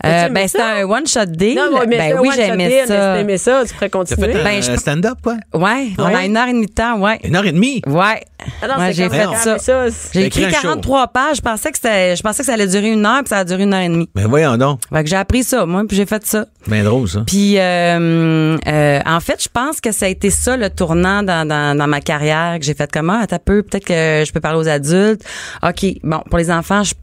Speaker 5: Euh,
Speaker 3: As-tu aimé
Speaker 5: ben, c'était
Speaker 3: ça?
Speaker 5: un one-shot deal.
Speaker 3: Non, mais
Speaker 5: ben
Speaker 3: c'est un
Speaker 5: oui,
Speaker 3: one-shot
Speaker 5: j'aimais
Speaker 3: deal, mais si
Speaker 5: ça.
Speaker 3: t'aimais ça, tu pourrais
Speaker 6: T'as fait
Speaker 3: continuer.
Speaker 6: un
Speaker 5: Ben, je-
Speaker 6: euh, stand-up, quoi?
Speaker 5: Ouais, on a
Speaker 3: Ouais.
Speaker 5: une heure et demie de temps, ouais.
Speaker 6: Une heure et demie?
Speaker 5: Ouais.
Speaker 3: Ah non,
Speaker 5: Ouais,
Speaker 3: c'est
Speaker 5: j'ai
Speaker 3: comme
Speaker 5: fait
Speaker 3: quand
Speaker 5: ça.
Speaker 3: même ça, c'est-
Speaker 5: J'ai
Speaker 6: T'as écrit
Speaker 5: écrit
Speaker 6: un show.
Speaker 5: 43 pages. Je pensais que c'était, je pensais que ça allait durer une heure, puis ça a duré une heure et demie.
Speaker 6: Ben voyons donc.
Speaker 5: Fait que j'ai appris ça, moi, puis j'ai fait ça.
Speaker 6: Ben drôle, ça.
Speaker 5: Puis, euh, euh, en fait, je pense que ça a été ça le tournant dans, dans, dans ma carrière que j'ai fait comment à peu peut-être que je peux parler aux adultes. Ok, bon pour les enfants, je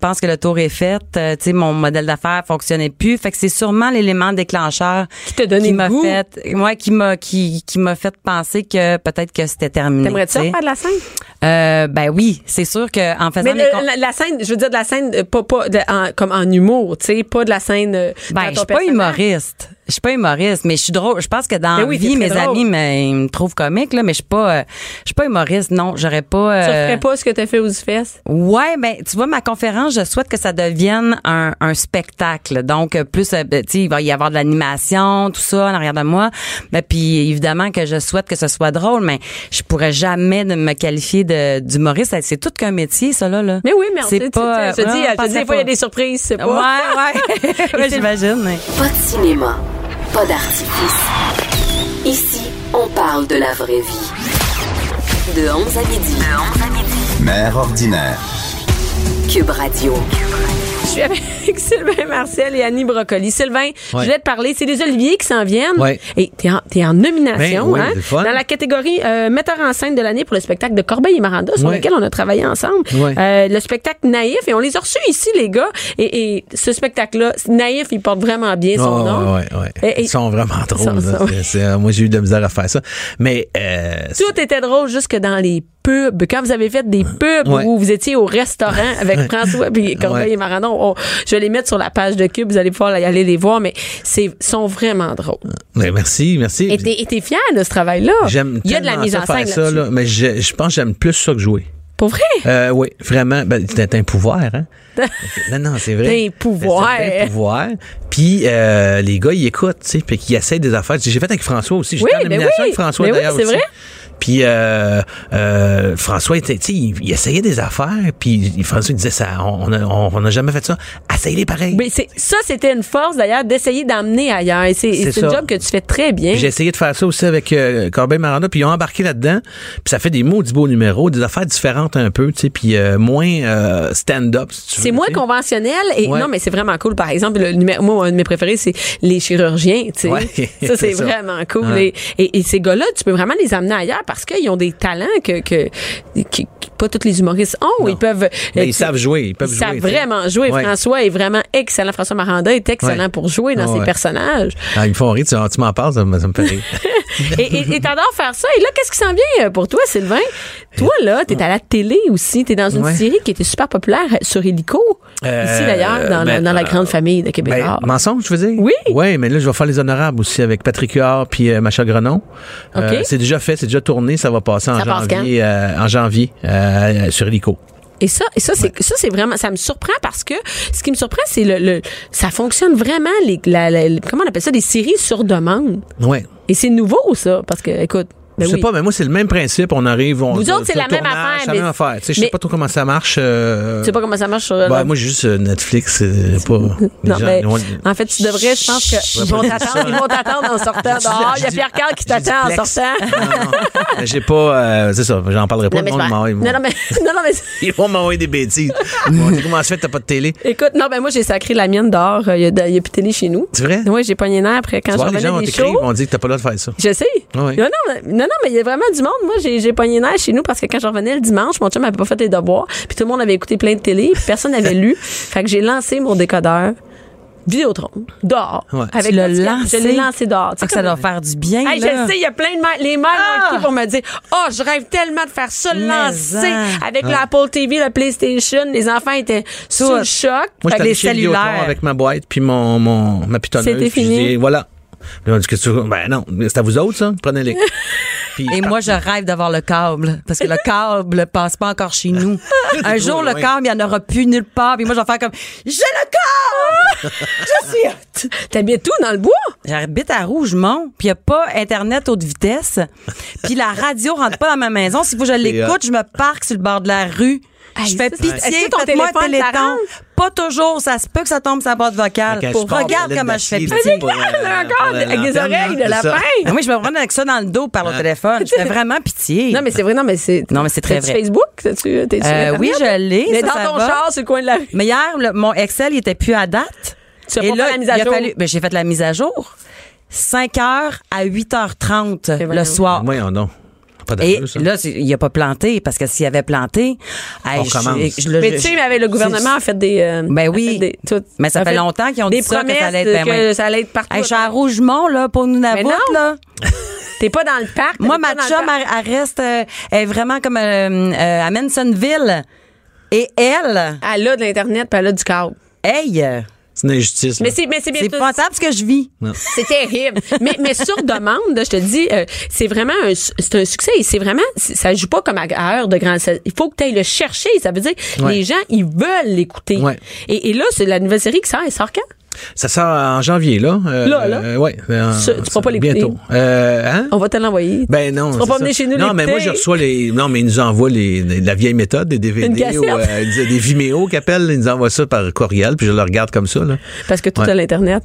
Speaker 5: pense que le tour est fait. Euh, tu sais, mon modèle d'affaires fonctionnait plus. Fait que c'est sûrement l'élément déclencheur qui
Speaker 3: t'a donné le
Speaker 5: m'a
Speaker 3: goût.
Speaker 5: fait, moi, qui m'a qui, qui m'a fait penser que peut-être que c'était terminé.
Speaker 3: T'aimerais-tu ça
Speaker 5: tu sais.
Speaker 3: faire de la scène?
Speaker 5: Euh, ben oui, c'est sûr que en faisant
Speaker 3: Mais
Speaker 5: les
Speaker 3: le-
Speaker 5: con-
Speaker 3: la, la scène, je veux dire de la scène, euh, pas, pas de- en- comme en humour, tu sais, pas de la scène. euh,
Speaker 5: ben,
Speaker 3: dans
Speaker 5: je
Speaker 3: ton
Speaker 5: suis pas
Speaker 3: personnage.
Speaker 5: humoriste. Je suis pas humoriste, mais je suis drôle. Je pense que dans
Speaker 3: Ben
Speaker 5: la
Speaker 3: oui, t'es
Speaker 5: vie, mes
Speaker 3: très drôle.
Speaker 5: amis me, ils me trouvent comique, là, mais je suis pas, euh, je suis pas humoriste. Non, j'aurais pas.
Speaker 3: Tu
Speaker 5: euh,
Speaker 3: referais pas ce que t'as fait aux fesses.
Speaker 5: Ouais, ben tu vois ma conférence, je souhaite que ça devienne un, un spectacle. Donc euh, plus, euh, ben, tu sais, il va y avoir de l'animation, tout ça en arrière de moi. Ben, puis évidemment que je souhaite que ce soit drôle, mais je pourrais jamais de me qualifier de d'humoriste. C'est tout qu'un métier, ça là. là.
Speaker 3: Mais oui, mais on sait,
Speaker 5: c'est
Speaker 3: tu
Speaker 5: pas.
Speaker 3: sais, je te dis,
Speaker 5: ouais,
Speaker 3: je te
Speaker 5: on
Speaker 3: dis,
Speaker 5: pensait
Speaker 3: des fois, il y a
Speaker 5: pas.
Speaker 3: des surprises, c'est pas.
Speaker 5: Ouais, ouais. Ouais, J'imagine. mais-
Speaker 1: Pas de cinéma, pas d'artifice. Ici, on parle de la vraie vie. De 11 à midi. De 11 à midi.
Speaker 2: Mère ordinaire.
Speaker 1: Cube Radio.
Speaker 3: Je suis avec Sylvain Marcel et Annie Brocoli. Sylvain, je voulais te parler. C'est les Oliviers qui s'en viennent.
Speaker 6: Ouais.
Speaker 3: Et t'es en, t'es en nomination,
Speaker 6: Ben oui,
Speaker 3: hein,
Speaker 6: c'est le fun.
Speaker 3: Dans la catégorie euh, metteur en scène de l'année pour le spectacle de Corbeil et Maranda, sur
Speaker 6: Ouais.
Speaker 3: lequel on a travaillé ensemble.
Speaker 6: Ouais.
Speaker 3: Euh, le spectacle Naïf. Et on les a reçus ici, les gars. Et, et ce spectacle-là, Naïf, il porte vraiment bien son
Speaker 6: Ah,
Speaker 3: nom.
Speaker 6: ouais, ouais.
Speaker 3: Et- et-
Speaker 6: Ils sont vraiment drôles.
Speaker 3: sont-
Speaker 6: là.
Speaker 3: sont-
Speaker 6: C'est- c'est- euh, moi, j'ai eu de la misère à faire ça. Mais euh, c'est-
Speaker 3: Tout était drôle jusque dans les pubs. Quand vous avez fait des pubs
Speaker 6: Ouais.
Speaker 3: où vous étiez au restaurant avec François puis Corbeil
Speaker 6: Ouais.
Speaker 3: et Marandon, on- je vais les mettre sur la page de Cube, vous allez pouvoir aller les voir, mais c'est sont vraiment drôles.
Speaker 6: mais merci, merci.
Speaker 3: Et t'es, et t'es fier de ce travail-là.
Speaker 6: J'aime
Speaker 3: Il y a de la
Speaker 6: tellement
Speaker 3: mise
Speaker 6: ça
Speaker 3: en
Speaker 6: faire
Speaker 3: scène
Speaker 6: ça,
Speaker 3: là-dessus.
Speaker 6: là, mais je, je pense que j'aime plus ça que jouer.
Speaker 3: Pour vrai?
Speaker 6: Euh, oui, vraiment. Ben, c'est un pouvoir, hein? non, non, c'est vrai.
Speaker 3: Un pouvoir.
Speaker 6: C'est un pouvoir. Puis euh, les gars, ils écoutent, tu sais, puis qu'ils essayent des affaires. J'ai fait avec François aussi. J'étais
Speaker 3: Oui,
Speaker 6: en
Speaker 3: ben
Speaker 6: nomination
Speaker 3: oui.
Speaker 6: avec François
Speaker 3: Ben oui,
Speaker 6: d'ailleurs
Speaker 3: c'est
Speaker 6: aussi.
Speaker 3: vrai.
Speaker 6: Puis euh, euh, François, était- tu sais, il, il essayait des affaires. Puis François disait ça, on n'a on, on a jamais fait ça. Essayez-les pareil.
Speaker 3: Mais c'est, ça, c'était une force d'ailleurs d'essayer d'emmener ailleurs. Et c'est,
Speaker 6: C'est
Speaker 3: c'est un
Speaker 6: ça.
Speaker 3: job que tu fais très bien.
Speaker 6: Puis J'ai essayé de faire ça aussi avec euh, Corbeil Maranda, puis ils ont embarqué là-dedans. Puis ça fait des maudits beaux numéros, des affaires différentes un peu, tu sais, puis euh, moins euh, stand-up, si tu veux,
Speaker 3: C'est moins
Speaker 6: tu sais.
Speaker 3: conventionnel et
Speaker 6: Ouais.
Speaker 3: non mais c'est vraiment cool par exemple le numéro moi un de mes préférés c'est les chirurgiens tu sais
Speaker 6: Ouais,
Speaker 3: ça c'est
Speaker 6: c'est ça.
Speaker 3: vraiment cool
Speaker 6: Ouais.
Speaker 3: et, et, et ces gars-là tu peux vraiment les amener ailleurs parce qu'ils ont des talents que que, que- que pas tous les humoristes ont ils peuvent
Speaker 6: Mais
Speaker 3: euh,
Speaker 6: Ben, ils savent jouer, ils peuvent
Speaker 3: ils
Speaker 6: jouer,
Speaker 3: savent
Speaker 6: tu sais.
Speaker 3: vraiment jouer
Speaker 6: Ouais.
Speaker 3: François est vraiment excellent François Maranda est excellent
Speaker 6: Ouais.
Speaker 3: pour jouer dans
Speaker 6: Ouais,
Speaker 3: ses
Speaker 6: ouais.
Speaker 3: personnages
Speaker 6: Ah, ils me font rire, tu, tu m'en parles, ça, me- ça me fait rire.
Speaker 3: et et- et t'adores faire ça et là qu'est-ce qui s'en vient euh, pour toi Sylvain toi là t'es à la télé aussi t'es dans une
Speaker 6: Euh, Ouais.
Speaker 3: série qui était super populaire sur Hélico
Speaker 6: Euh,
Speaker 3: ici d'ailleurs dans, la-
Speaker 6: ben,
Speaker 3: dans la
Speaker 6: euh,
Speaker 3: grande famille de Québec
Speaker 6: Ben, mensonge, tu veux dire?
Speaker 3: Oui.
Speaker 6: Oui, mais là, je vais faire les honorables aussi avec Patrick Huard puis euh, Macha Grenon. Euh,
Speaker 3: OK.
Speaker 6: c'est déjà fait, c'est déjà tourné, ça va passer en
Speaker 3: Ça passe
Speaker 6: janvier, euh, en janvier euh, sur Helico.
Speaker 3: Et ça, et ça, c'est, ça, c'est vraiment, ça me surprend parce que ce qui me surprend, c'est le, le- ça fonctionne vraiment les, la, la- le- comment on appelle ça, des séries sur demande.
Speaker 6: Ouais.
Speaker 3: Et c'est nouveau, ça, parce que, écoute, ben
Speaker 6: je sais
Speaker 3: oui.
Speaker 6: pas, mais moi, c'est le même principe. On arrive, on
Speaker 3: Vous autres, c'est
Speaker 6: sur
Speaker 3: la
Speaker 6: le
Speaker 3: même affaire,
Speaker 6: C'est la
Speaker 3: mais-
Speaker 6: même affaire. Tu sais, je
Speaker 3: mais-
Speaker 6: sais pas trop comment ça marche. euh,
Speaker 3: Tu sais pas comment ça marche sur
Speaker 6: Ben, moi, j'ai juste euh, Netflix, euh, pas. les
Speaker 3: non,
Speaker 6: gens,
Speaker 3: mais
Speaker 6: ils ont-
Speaker 3: en fait, tu devrais, je pense que ils vont t'attendre, ils vont t'attendre en sortant dehors. Il y a Pierre Carl qui
Speaker 6: j'ai dit
Speaker 3: t'attend en
Speaker 6: Plex.
Speaker 3: sortant.
Speaker 6: Non, non. Mais J'ai pas. euh, c'est ça, j'en parlerai pas.
Speaker 3: Non, mais,
Speaker 6: le
Speaker 3: c'est
Speaker 6: monde
Speaker 3: pas-
Speaker 6: m'envoie-
Speaker 3: non, non, mais, non, non, mais,
Speaker 6: Ils vont m'envoyer des bêtises. Ils vont dire, comment ça fait que t'as pas de télé?
Speaker 3: Écoute, non, ben moi, j'ai sacré la mienne dehors. Il y a, il y a plus de télé chez nous.
Speaker 6: C'est vrai?
Speaker 3: Oui, j'ai pogné nerf après quand
Speaker 6: Tu
Speaker 3: je
Speaker 6: vois, les gens vont
Speaker 3: revenais des
Speaker 6: t'écrire,
Speaker 3: shows.
Speaker 6: ils vont dire que t'as pas le droit de faire ça.
Speaker 3: Je sais.
Speaker 6: Oui.
Speaker 3: Non, non, non, non, mais il y a vraiment du monde. Moi, j'ai, j'ai pogné nerf chez nous parce que quand je revenais le dimanche, mon chum avait pas fait les devoirs, puis tout le monde avait écouté plein de télé, puis personne n'avait lu. Fait que j'ai lancé mon décodeur Vidéotron dehors.
Speaker 6: Ouais.
Speaker 3: Avec
Speaker 5: Tu l'as
Speaker 3: le
Speaker 5: lancé?
Speaker 3: Ben, Je l'ai lancé dehors. Tu sais
Speaker 5: Ah, que ça
Speaker 3: comme-
Speaker 5: doit faire du bien.
Speaker 3: Hey, je
Speaker 5: là. Ah!
Speaker 3: le sais, il y a plein de mères. Les mères m'ont écrit pour me dire Oh, je rêve tellement de faire ça, le
Speaker 5: Mais hein.
Speaker 3: lancer
Speaker 5: en.
Speaker 3: avec l'Apple TV, le PlayStation. Les enfants étaient sous
Speaker 5: Tout.
Speaker 3: le choc. Fait
Speaker 6: Moi, j'étais
Speaker 3: que
Speaker 6: allé
Speaker 3: les
Speaker 6: chez
Speaker 3: cellules-
Speaker 6: Vidéotron
Speaker 5: cellulaires.
Speaker 6: avec ma boîte puis mon, mon, ma pitonneuse.
Speaker 3: C'était
Speaker 6: puis je
Speaker 3: fini?
Speaker 6: dis, voilà. Là, on dit, Qu'est-ce que tu- ben non, c'est à vous autres, ça. Prenez-les. Puis-
Speaker 5: Et moi, je rêve d'avoir le câble. Parce que le câble passe pas encore chez nous. Un jour, le
Speaker 6: loin.
Speaker 5: câble, il n'y en aura plus nulle part. Puis moi, je vais faire comme J'ai le câble! je suis hot!
Speaker 3: T'habites tout dans le bois?
Speaker 5: J'habite à Rougemont, puis il n'y a pas Internet haute vitesse. Puis la radio rentre pas dans ma maison. S'il faut que je l'écoute, je me parque sur le bord de la rue.
Speaker 3: Hey,
Speaker 5: je fais
Speaker 3: ça, c'est-
Speaker 5: pitié,
Speaker 3: est-ce que ton
Speaker 5: faites-moi un
Speaker 3: téléphone, ça
Speaker 5: téléthon.
Speaker 3: rentre?
Speaker 5: Pas toujours, ça se peut que ça tombe sur la boîte vocale.
Speaker 6: Avec un support
Speaker 5: Regarde
Speaker 6: de
Speaker 5: comment je fais
Speaker 6: l'acier,
Speaker 5: pitié.
Speaker 6: là, tu sais,
Speaker 3: Mais
Speaker 6: pour, euh,
Speaker 3: regarde,
Speaker 6: pour la
Speaker 3: avec des
Speaker 6: lanterne,
Speaker 3: oreilles de
Speaker 6: c'est ça.
Speaker 3: lapin.
Speaker 5: Ah oui, je me promène avec ça dans le dos par le téléphone. Je fais vraiment pitié.
Speaker 3: Ah. Non, mais c'est vrai, non, mais c'est.
Speaker 5: Non, mais c'est très
Speaker 3: T'as-tu
Speaker 5: vrai.
Speaker 3: Facebook? T'as-tu, t'es-tu
Speaker 5: Euh,
Speaker 3: Internet?
Speaker 5: oui, je l'ai,
Speaker 3: Mais
Speaker 5: ça,
Speaker 3: dans
Speaker 5: ça
Speaker 3: ton
Speaker 5: va.
Speaker 3: char, sur le coin de la rue.
Speaker 5: Mais hier, le- mon Excel, il était plus à date.
Speaker 3: Tu as
Speaker 5: Et
Speaker 3: pas
Speaker 5: là,
Speaker 3: fait la mise à
Speaker 5: il a
Speaker 3: jour?
Speaker 5: fallu- ben, j'ai fait la mise à jour. 5 h à 8h30 le
Speaker 3: voyons.
Speaker 5: soir.
Speaker 6: Oui, on non. Pas
Speaker 5: Et
Speaker 6: d'allure, ça.
Speaker 5: là, c'est- il a pas planté, parce que s'il avait planté, hey,
Speaker 6: On
Speaker 5: je-
Speaker 6: commence.
Speaker 5: je- là,
Speaker 3: Mais
Speaker 5: je-
Speaker 3: tu sais, mais avec le gouvernement a fait des. euh,
Speaker 5: Ben
Speaker 3: a
Speaker 5: oui.
Speaker 3: fait des- tout-
Speaker 5: Mais ça
Speaker 3: a
Speaker 5: fait longtemps qu'ils ont
Speaker 3: des
Speaker 5: dit ça, que ça allait être-
Speaker 3: promesses
Speaker 5: ben
Speaker 3: que
Speaker 5: oui.
Speaker 3: ça allait être partout.
Speaker 5: Hey, je suis à Rougemont, là, pour nous la
Speaker 3: Mais
Speaker 5: voûte,
Speaker 3: non.
Speaker 5: là.
Speaker 3: T'es pas dans le parc.
Speaker 5: Moi,
Speaker 3: t'es
Speaker 5: ma
Speaker 3: pas dans le
Speaker 5: chum,
Speaker 3: parc.
Speaker 5: elle, elle reste, euh, elle est vraiment comme, euh, euh, à Mansonville. Et elle,
Speaker 3: Elle a de l'Internet puis elle a du câble.
Speaker 5: hey, euh,
Speaker 6: C'est une injustice. là.
Speaker 3: Mais c'est, mais c'est bien
Speaker 5: c'est
Speaker 3: tout.
Speaker 5: pensable ce que je vis.
Speaker 3: C'est terrible. mais, mais sur demande, je te dis, euh, c'est vraiment un, su- c'est un succès. Et c'est vraiment, c'est- ça joue pas comme à, à heure de grande. ça- Il faut que tu ailles le chercher. Ça veut dire,
Speaker 6: Ouais.
Speaker 3: les gens, ils veulent l'écouter.
Speaker 6: Ouais.
Speaker 3: Et, et là, c'est la nouvelle série qui sort. Elle sort quand?
Speaker 6: Ça sort en janvier, là. Euh,
Speaker 3: Là, là?
Speaker 6: euh, ouais. euh,
Speaker 3: Ça, tu pourras pas l'écouter.
Speaker 6: Bientôt. Euh, hein?
Speaker 3: On va te l'envoyer.
Speaker 6: Ben non.
Speaker 3: Tu seras
Speaker 6: c'est
Speaker 3: pas
Speaker 6: ça.
Speaker 3: venu chez nous
Speaker 6: Non, mais moi,
Speaker 3: l'écouter.
Speaker 6: je reçois les. Non, mais ils nous envoient les, les- la vieille méthode, des DVD
Speaker 3: Une cassette.
Speaker 6: ou euh, des des Vimeo qu'appellent. Ils nous envoient ça par courriel, puis je le regarde comme ça, là.
Speaker 3: Parce que tout
Speaker 6: Ouais.
Speaker 3: à l'Internet.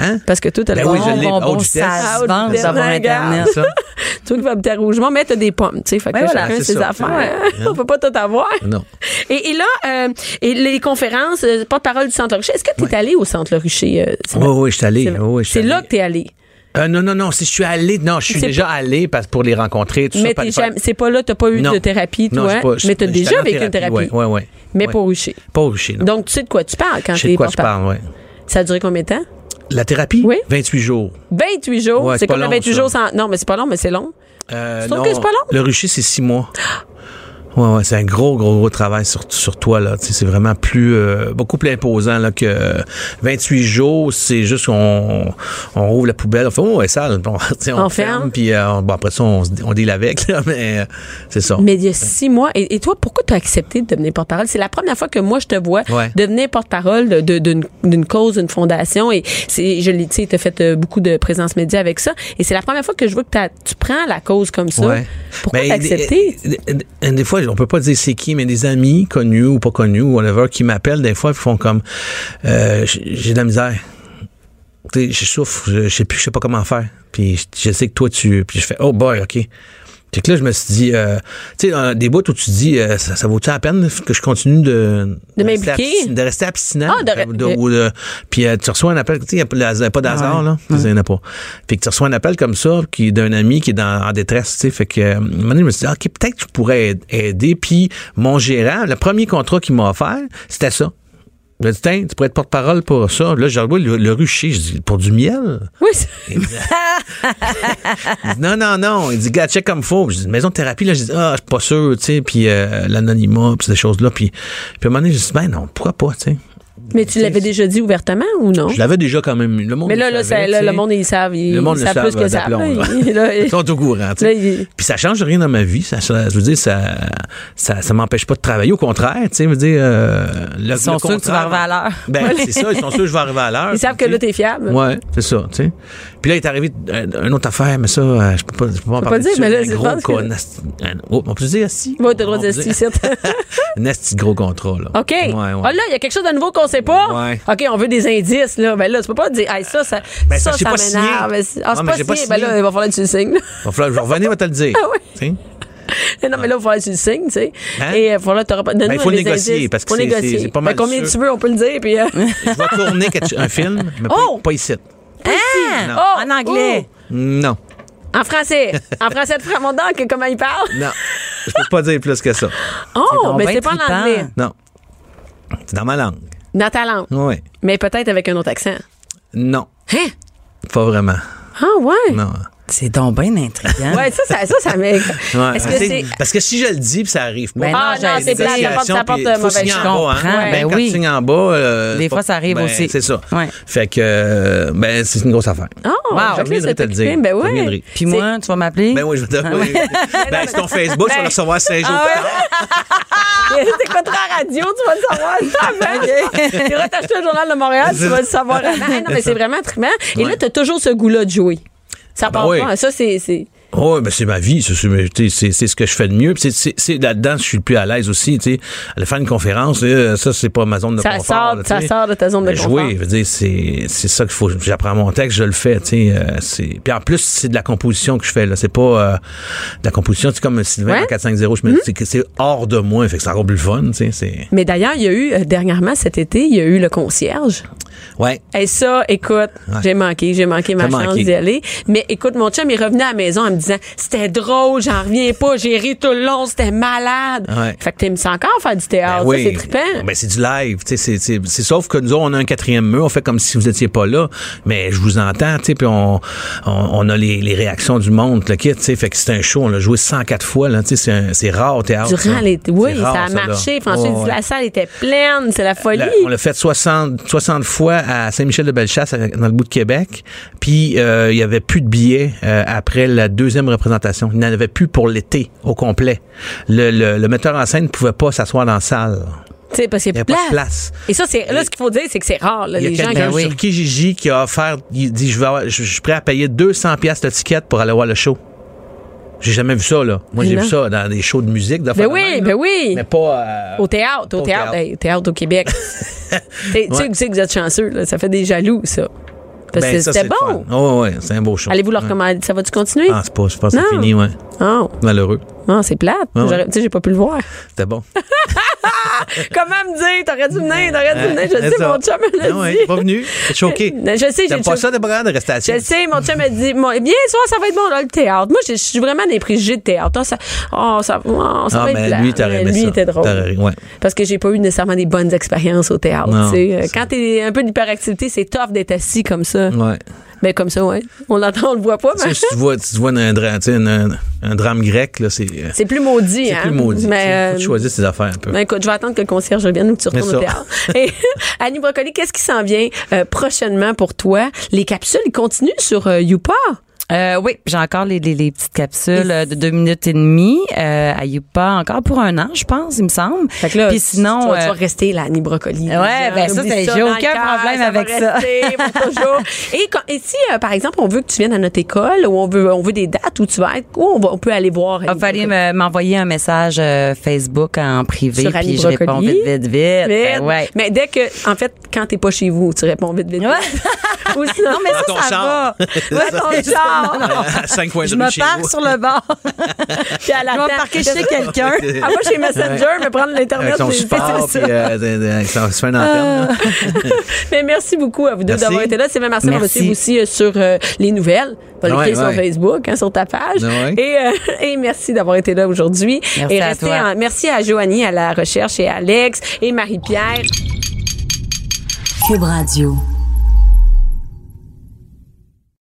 Speaker 6: Hein?
Speaker 3: Parce que tout a
Speaker 6: Ben
Speaker 3: le
Speaker 6: oui,
Speaker 3: bon.
Speaker 6: je l'ai.
Speaker 5: bon,
Speaker 6: haute
Speaker 5: bon,
Speaker 6: vitesse.
Speaker 5: ça
Speaker 3: Haute
Speaker 5: se vend
Speaker 3: vitesse,
Speaker 5: sur Internet.
Speaker 3: regarde.
Speaker 6: Ah, Ça?
Speaker 3: Tout le Vapter Rougemont, mais t'as des pommes, tu sais. Fait que
Speaker 5: Ouais, voilà.
Speaker 3: chacun
Speaker 6: Ben C'est
Speaker 3: ses
Speaker 6: ça.
Speaker 3: affaires. On peut pas tout avoir.
Speaker 6: Non.
Speaker 3: Et, et là, euh, et les conférences, euh, porte-parole du Centre Larucher, est-ce que tu es allé au Centre Larucher? euh,
Speaker 6: Oui,
Speaker 3: Sylvain?
Speaker 6: oui, je suis allé.
Speaker 3: C'est-
Speaker 6: oui, oui, je suis
Speaker 3: C'est là
Speaker 6: allé.
Speaker 3: que t'es allé.
Speaker 6: Euh, non, non, non. Si je suis allé, non, je suis
Speaker 3: C'est
Speaker 6: déjà allé parce pour les rencontrer, tout
Speaker 3: Mais
Speaker 6: ça. pas-
Speaker 3: t'es
Speaker 6: pas-
Speaker 3: jamais- c'est pas là, t'as pas eu
Speaker 6: Non.
Speaker 3: de thérapie,
Speaker 6: Non,
Speaker 3: toi.
Speaker 6: j'ai pas- je-
Speaker 3: mais t'as
Speaker 6: j'étais
Speaker 3: déjà
Speaker 6: en
Speaker 3: vécu une thérapie.
Speaker 6: Oui, oui, oui.
Speaker 3: Mais
Speaker 6: Oui.
Speaker 3: pour Rucher.
Speaker 6: Pas au Chine.
Speaker 3: Donc, tu sais de quoi tu parles quand
Speaker 6: je sais
Speaker 3: t'es
Speaker 6: de quoi tu
Speaker 3: porte-parole.
Speaker 6: parles, oui.
Speaker 3: Ça a duré combien de temps?
Speaker 6: La thérapie?
Speaker 3: Oui.
Speaker 6: 28 jours.
Speaker 3: 28 jours.
Speaker 6: Ouais,
Speaker 3: c'est
Speaker 6: c'est
Speaker 3: comme
Speaker 6: pas
Speaker 3: le
Speaker 6: long,
Speaker 3: 28
Speaker 6: ça.
Speaker 3: jours sans. Non, mais c'est pas long, mais c'est long.
Speaker 6: Euh,
Speaker 3: Tu trouves que c'est pas long?
Speaker 6: Le rucher, c'est six mois. Ouais, ouais, c'est un gros, gros, gros travail sur, sur toi, là. Tu sais, C'est vraiment plus, euh, beaucoup plus imposant, là, que euh, 28 jours, c'est juste qu'on on ouvre la poubelle, on fait, oh, elle est sale. Bon, tu sais, on,
Speaker 3: On
Speaker 6: ferme,
Speaker 3: ferme.
Speaker 6: puis euh, on- bon, après ça, on, se- on deal avec, là, mais euh, c'est ça.
Speaker 3: Mais il y a six mois. Et, et toi, pourquoi t'as accepté de devenir porte-parole? C'est la première fois que moi, je te vois
Speaker 6: Ouais.
Speaker 3: devenir porte-parole de- de- d'une d'une cause, d'une fondation. Et c'est, je l'ai, tu sais, t'as fait euh, beaucoup de présence média avec ça. Et c'est la première fois que je vois que t'as- tu prends la cause comme ça.
Speaker 6: Ouais.
Speaker 3: Pourquoi
Speaker 6: Ben,
Speaker 3: t'as accepté?
Speaker 6: Des, des- des- des fois, on peut pas dire c'est qui, mais des amis connus ou pas connus ou whatever qui m'appellent des fois, ils font comme euh, j- j'ai de la misère. Tu sais, je souffre, je, je sais plus, je sais pas comment faire. Puis je- je sais que toi tu, puis je fais oh boy, ok. Fait que là, je me suis dit, euh, tu sais, euh, des bouts où tu dis, euh, ça, ça vaut-tu la peine que je continue de
Speaker 3: De
Speaker 6: rester
Speaker 3: m'impliquer?
Speaker 6: abs- de rester abstinent,
Speaker 3: Ah, de re-
Speaker 6: ou de- puis euh, tu reçois un appel, tu sais, il n'y a, pas d'hasard, là, tu sais, il y en a pas. Puis que tu reçois un appel comme ça, qui est d'un ami qui est dans, en détresse, tu sais, fait que, euh, un moment donné, je me suis dit, Ah, ok, peut-être que je pourrais aid- aider, puis mon gérant, le premier contrat qu'il m'a offert, c'était ça. Il m'a dit, tiens, tu pourrais être porte-parole pour ça. Là, j'ai regardé le, le rucher, je dis, pour du miel?
Speaker 3: Oui, c'est-
Speaker 6: Il dit, non, non, non. Il dit, gars, check comme faut. Je dis, maison de thérapie, là, je dis, ah, je suis pas sûr, tu sais, puis euh, l'anonymat, puis ces choses-là. Puis, puis à un moment donné, je dis, ben non, pourquoi pas, tu sais.
Speaker 3: mais tu l'avais déjà dit ouvertement ou non?
Speaker 6: Je l'avais déjà quand même. Le monde
Speaker 3: Oh. Mais là,
Speaker 6: le
Speaker 3: là,
Speaker 6: savait,
Speaker 3: ça- là,
Speaker 6: tu sais.
Speaker 3: le monde, ils savent. Ils,
Speaker 6: le monde
Speaker 3: ils
Speaker 6: le
Speaker 3: savent
Speaker 6: savent ben,
Speaker 3: plus que ça.
Speaker 6: d'aplomb,
Speaker 3: Là,
Speaker 6: là.
Speaker 3: ils- là, ils-
Speaker 6: Ils sont au courant, tu
Speaker 3: là,
Speaker 6: sais.
Speaker 3: ils-
Speaker 6: Puis ça change rien dans ma vie. Ça, ça- je veux dire, ça, ça, ça m'empêche pas de travailler. Au contraire, tu sais, je veux dire, euh, le,
Speaker 5: Ils sont sûrs
Speaker 6: le
Speaker 5: que tu vas
Speaker 6: contraire-
Speaker 5: arriver à l'heure.
Speaker 6: Ben, c'est ça. Ils sont sûrs que je vais arriver à l'heure.
Speaker 3: ils savent que
Speaker 6: Puis,
Speaker 3: là, t'es fiable.
Speaker 6: Ouais, c'est ça, tu sais. Puis là, il est arrivé euh, une autre affaire, mais ça, euh, je peux pas, je peux pas en
Speaker 3: pas
Speaker 6: parler.
Speaker 3: dire,
Speaker 6: dessus.
Speaker 3: mais là,
Speaker 6: Un
Speaker 3: je
Speaker 6: gros
Speaker 3: pense que-
Speaker 6: con- asti- un- oh, on peut dire asti?
Speaker 3: Ouais, t'as le droit
Speaker 6: On
Speaker 3: de
Speaker 6: peut
Speaker 3: dire
Speaker 6: dire-
Speaker 3: asti, c'est-
Speaker 6: Un asti de gros contrat, là.
Speaker 3: OK.
Speaker 6: Ouais, ouais.
Speaker 3: Ah, là, il y a quelque chose de nouveau qu'on sait pas.
Speaker 6: Ouais.
Speaker 3: OK, on veut des indices, là. Ben là, tu peux pas dire, hey, ça, ça,
Speaker 6: Ben,
Speaker 3: ça,
Speaker 6: ça, j'ai
Speaker 3: ça
Speaker 6: pas signé.
Speaker 3: m'énerve. Ben, c'est- Ah,
Speaker 6: Ouais,
Speaker 3: c'est
Speaker 6: mais
Speaker 3: pas
Speaker 6: j'ai pas
Speaker 3: signé. Ben
Speaker 6: signé.
Speaker 3: là, il va falloir que tu le signes.
Speaker 6: Va falloir- je vais revenir, on va te le dire.
Speaker 3: Ah ouais.
Speaker 6: Tu sais?
Speaker 3: non, mais là, il va falloir que tu le signes, tu sais.
Speaker 6: Hein?
Speaker 3: Et euh, il falloir que t'auras pas. Donne-nous
Speaker 6: il faut
Speaker 3: des
Speaker 6: négocier,
Speaker 3: indices.
Speaker 6: parce que
Speaker 3: Faut
Speaker 6: c'est-
Speaker 3: négocier.
Speaker 6: c'est- c'est pas mal
Speaker 3: Ben, combien
Speaker 6: sûr.
Speaker 3: tu veux, on peut le dire, puis. euh,
Speaker 6: Je vais tourner quelque- un film, mais pas-
Speaker 3: Oh!
Speaker 6: pas ici.
Speaker 5: Hein?
Speaker 3: Oh!
Speaker 5: en anglais.
Speaker 6: Non.
Speaker 3: En français. En français de Framondant, que comment il parle.
Speaker 6: Non. Je peux pas dire plus que ça.
Speaker 3: Oh,
Speaker 5: donc
Speaker 3: mais
Speaker 5: ben
Speaker 3: c'est pas en
Speaker 5: trippant.
Speaker 3: anglais.
Speaker 6: Non. C'est dans ma langue.
Speaker 3: Dans ta langue.
Speaker 6: Oui.
Speaker 3: Mais peut-être avec un autre accent.
Speaker 6: Non.
Speaker 3: Hein?
Speaker 6: Pas vraiment.
Speaker 3: Ah, ouais.
Speaker 6: Non.
Speaker 5: C'est donc bien intriguant.
Speaker 3: Ouais, ça, ça, ça, ça m'est-
Speaker 6: Ouais.
Speaker 3: Est-ce que
Speaker 6: C'est-
Speaker 3: c'est.
Speaker 6: Parce que si je le dis, puis ça arrive pas.
Speaker 5: Ben non, Ah, j'ai non, des
Speaker 3: c'est plate, ça porte- ça porte
Speaker 6: puis faut
Speaker 3: mauvaise
Speaker 6: signer en
Speaker 5: chance.
Speaker 6: bas,
Speaker 5: Je comprends,
Speaker 6: hein.
Speaker 5: ben
Speaker 6: Quand
Speaker 5: oui.
Speaker 6: tu signes en bas, euh,
Speaker 5: Des
Speaker 6: c'est
Speaker 5: fois, ça arrive
Speaker 6: ben,
Speaker 5: aussi.
Speaker 6: C'est ça.
Speaker 5: Ouais. Ah,
Speaker 6: Fait que, euh, ben, c'est une grosse affaire.
Speaker 3: Oh,
Speaker 5: Wow.
Speaker 3: fait
Speaker 6: Je
Speaker 3: que là,
Speaker 6: reviendrai
Speaker 3: c'est
Speaker 6: te le
Speaker 3: occupé.
Speaker 6: dire.
Speaker 3: Ben
Speaker 6: Je
Speaker 3: ouais.
Speaker 6: reviendrai.
Speaker 5: Puis moi, tu vas m'appeler?
Speaker 6: Ben oui, je vais
Speaker 5: Ah,
Speaker 6: te oui. Ben, c'est ton Facebook, tu vas le recevoir cinq jours plus tard.
Speaker 3: T'écouteras la radio, tu vas le savoir. Tu vas t'acheter le journal de Montréal, tu vas le savoir. avant. Ah non, mais c'est vraiment triment. Et là, t'as toujours ce goût-là de jouer. Ça part
Speaker 6: Ben oui.
Speaker 3: pas. Ça, c'est. c'est-
Speaker 6: Oui, ben c'est ma vie, ça, c'est mais, tu sais, c'est- c'est ce que je fais de mieux. Puis c'est- C'est c'est là-dedans que je suis le plus à l'aise aussi. tu sais. Aller faire une conférence, euh, ça, c'est pas ma zone de
Speaker 3: Ça
Speaker 6: confort.
Speaker 3: sort-
Speaker 6: là, tu
Speaker 3: ça
Speaker 6: sais.
Speaker 3: sort de ta zone de
Speaker 6: Mais
Speaker 3: confort.
Speaker 6: Jouer, je veux dire, c'est c'est ça qu'il faut. J'apprends mon texte, je le fais. tu sais, euh, c'est- Puis en plus, c'est de la composition que je fais. là. C'est pas euh, de la composition. C'est comme euh, Sylvain
Speaker 3: Ouais. Hum.
Speaker 6: en 450, je me c'est que c'est hors de moi. Fait que c'est encore plus le fun. tu sais, c'est-
Speaker 3: Mais d'ailleurs, il y a eu, euh, dernièrement cet été, il y a eu le concierge.
Speaker 6: Ouais.
Speaker 3: Et ça, écoute,
Speaker 6: Ouais.
Speaker 3: j'ai manqué, j'ai manqué ma
Speaker 6: T'as
Speaker 3: chance
Speaker 6: manqué.
Speaker 3: d'y aller. Mais écoute, mon chum, il revenait à la maison en me disant, c'était drôle, j'en reviens pas, j'ai ri tout le long, c'était malade.
Speaker 6: Ouais.
Speaker 3: Fait que t'aimes ça encore faire du
Speaker 6: Ben
Speaker 3: théâtre, ça, c'est trippant.
Speaker 6: Ben, c'est du live. tu sais, C'est, c'est, c'est sauf que nous autres, on a un quatrième mur. On fait comme si vous étiez pas là. Mais je vous entends, tu sais, puis on, on, on a les, les réactions du monde, le kit. tu sais, Fait que c'est un show. On l'a joué 104 fois. Là, tu sais, c'est, un- c'est rare au théâtre.
Speaker 3: Durant
Speaker 6: ça.
Speaker 3: les... Oui,
Speaker 6: C'est
Speaker 3: ça
Speaker 6: rare,
Speaker 3: a
Speaker 6: là.
Speaker 3: marché. François
Speaker 6: Ouais,
Speaker 3: dit,
Speaker 6: ouais.
Speaker 3: la salle était pleine, c'est la folie.
Speaker 6: La- on l'a fait 60, 60 fois à Saint-Michel-de-Bellechasse, à- dans le bout de Québec. Puis, euh, il y avait plus de billets euh, après la deuxième représentation. Il n'en avait plus pour l'été au complet. Le, le, le metteur en scène ne pouvait pas s'asseoir dans la salle.
Speaker 3: Tu sais, parce qu'il y
Speaker 6: Il n'y
Speaker 3: a
Speaker 6: avait pas de
Speaker 3: place.
Speaker 6: place.
Speaker 3: Et ça, c'est là, ce qu'il faut dire, c'est que c'est rare, là,
Speaker 6: Il y a
Speaker 3: Euh, les gens qui
Speaker 6: quelqu'un sur qui Gigi qui a offert, il dit, je, vais avoir- je, je suis prêt à payer 200 pièces de ticket pour aller voir le show. J'ai jamais vu ça, là. Moi,
Speaker 3: Mais
Speaker 6: j'ai
Speaker 3: non.
Speaker 6: vu ça dans des shows de musique.
Speaker 3: Ben oui, ben oui.
Speaker 6: Mais pas... euh,
Speaker 3: Au théâtre, au
Speaker 6: Au
Speaker 3: théâtre,
Speaker 6: théâtre.
Speaker 3: hey, au théâtre au Québec. Tu sais- Tu sais que vous êtes chanceux, là, ça fait des jaloux, ça. Parce que
Speaker 6: Ben, ça,
Speaker 3: c'était
Speaker 6: c'est le
Speaker 3: bon.
Speaker 6: fun. Oh, ouais, c'est un beau show.
Speaker 3: Allez-vous leur
Speaker 6: Ouais.
Speaker 3: commander? Ça va-tu continuer?
Speaker 6: Ah, c'est pas, je pense que c'est
Speaker 3: Non.
Speaker 6: fini, ouais.
Speaker 3: Oh,
Speaker 6: Malheureux.
Speaker 3: non, c'est plate.
Speaker 6: Ah ouais.
Speaker 3: J'aurais- Tu sais, j'ai pas pu le voir.
Speaker 6: C'était bon.
Speaker 3: Comment me dire? T'aurais dû venir, t'aurais dû venir. Je
Speaker 6: C'est
Speaker 3: sais,
Speaker 6: ça.
Speaker 3: mon chum me l'a
Speaker 6: Ah ouais,
Speaker 3: dit.
Speaker 6: t'es pas venu. T'es choqué.
Speaker 3: Non, je sais, j'ai
Speaker 6: T'aimes pas
Speaker 3: cho-
Speaker 6: ça, Débran, de rester assis?
Speaker 3: Je le sais, mon chum m'a dit, mon- bien sûr, ça va être bon, là, le théâtre. Moi, je je suis vraiment des préjugés de théâtre. Ah, ça, oh, ça, oh, ça
Speaker 6: Ah,
Speaker 3: va être
Speaker 6: mais
Speaker 3: plat.
Speaker 6: lui, t'aurais
Speaker 3: Mais
Speaker 6: aimé
Speaker 3: lui,
Speaker 6: ça.
Speaker 3: était drôle.
Speaker 6: T'aurais- ouais.
Speaker 3: Parce que j'ai pas eu nécessairement des bonnes expériences au théâtre.
Speaker 6: Non,
Speaker 3: tu sais. Euh,
Speaker 6: c'est-
Speaker 3: Quand t'es un peu d'hyperactivité, c'est tough d'être assis comme ça.
Speaker 6: Ouais.
Speaker 3: Mais comme ça, ouais. On l'entend, on le voit pas,
Speaker 6: Tu
Speaker 3: mais
Speaker 6: sais, si tu vois, tu vois un, dra- tu sais, un, un- un drame grec, là, c'est euh,
Speaker 3: c'est plus maudit.
Speaker 6: c'est
Speaker 3: hein.
Speaker 6: plus maudit. tu sais.
Speaker 3: Mais,
Speaker 6: Faut
Speaker 3: euh,
Speaker 6: te choisir ses affaires un peu.
Speaker 3: ben, écoute, je vais attendre que le concierge revienne ou que tu
Speaker 6: Mais
Speaker 3: retournes au
Speaker 6: ça.
Speaker 3: théâtre. Et, Annie Brocoli, qu'est-ce qui s'en vient euh, prochainement pour toi? Les capsules, ils continuent sur euh, Youpa.
Speaker 5: Euh, oui, j'ai encore les, les, les petites capsules euh, de deux minutes et demie euh, à Yupa, encore pour un an, je pense, il me semble.
Speaker 3: Fait que là,
Speaker 5: Puis
Speaker 3: tu-
Speaker 5: sinon,
Speaker 3: tu, vas, tu vas
Speaker 5: euh,
Speaker 3: rester là, Annie Brocoli.
Speaker 5: Ouais, ben ça, c'est- j'ai aucun problème avec ça.
Speaker 3: toujours. Et, quand- et si, euh, par exemple, on veut que tu viennes à notre école ou on veut, on veut des dates où tu vas être, où on, va- on peut aller voir.
Speaker 5: il va
Speaker 3: Annie
Speaker 5: falloir
Speaker 3: Brocoli.
Speaker 5: me- m'envoyer un message euh, Facebook en privé,
Speaker 3: Sur Annie
Speaker 5: puis je réponds
Speaker 3: Brocoli.
Speaker 5: vite, vite, vite. Ben
Speaker 3: Vite.
Speaker 5: ouais.
Speaker 3: Mais dès que, en fait, quand t'es pas chez vous, tu réponds vite, vite. vite. Ou sinon,
Speaker 5: Non, mais ça,
Speaker 6: Dans ton
Speaker 5: ça va.
Speaker 6: char.
Speaker 5: Ouais, ton char. Non, non.
Speaker 6: À 5 points de
Speaker 5: Je
Speaker 6: rue
Speaker 5: me
Speaker 6: chez
Speaker 5: parque
Speaker 6: vous.
Speaker 5: sur le bord.
Speaker 3: puis à la
Speaker 5: Je vais
Speaker 3: tête-
Speaker 5: parquer chez quelqu'un.
Speaker 3: Ah, moi, chez Messenger, me prendre l'Internet.
Speaker 6: Avec son
Speaker 3: c'est-
Speaker 6: support,
Speaker 3: c'est
Speaker 6: puis
Speaker 3: ça. Euh,
Speaker 6: euh, de- de- avec son- se fait une antenne. là.
Speaker 3: Mais merci beaucoup à vous deux
Speaker 6: Merci.
Speaker 3: d'avoir été là. C'est même Marcel, on va
Speaker 5: Merci.
Speaker 3: suivre aussi euh, sur euh, les nouvelles. On va
Speaker 6: Ouais,
Speaker 3: l'écrire sur
Speaker 6: ouais.
Speaker 3: Facebook, hein, sur ta page.
Speaker 6: Ouais.
Speaker 3: Et, euh, et merci d'avoir été là aujourd'hui.
Speaker 5: Merci
Speaker 3: et
Speaker 5: à
Speaker 3: restez
Speaker 5: toi.
Speaker 3: en- merci à Joanie à la recherche et à Alex et Marie-Pierre.
Speaker 1: Cube Radio.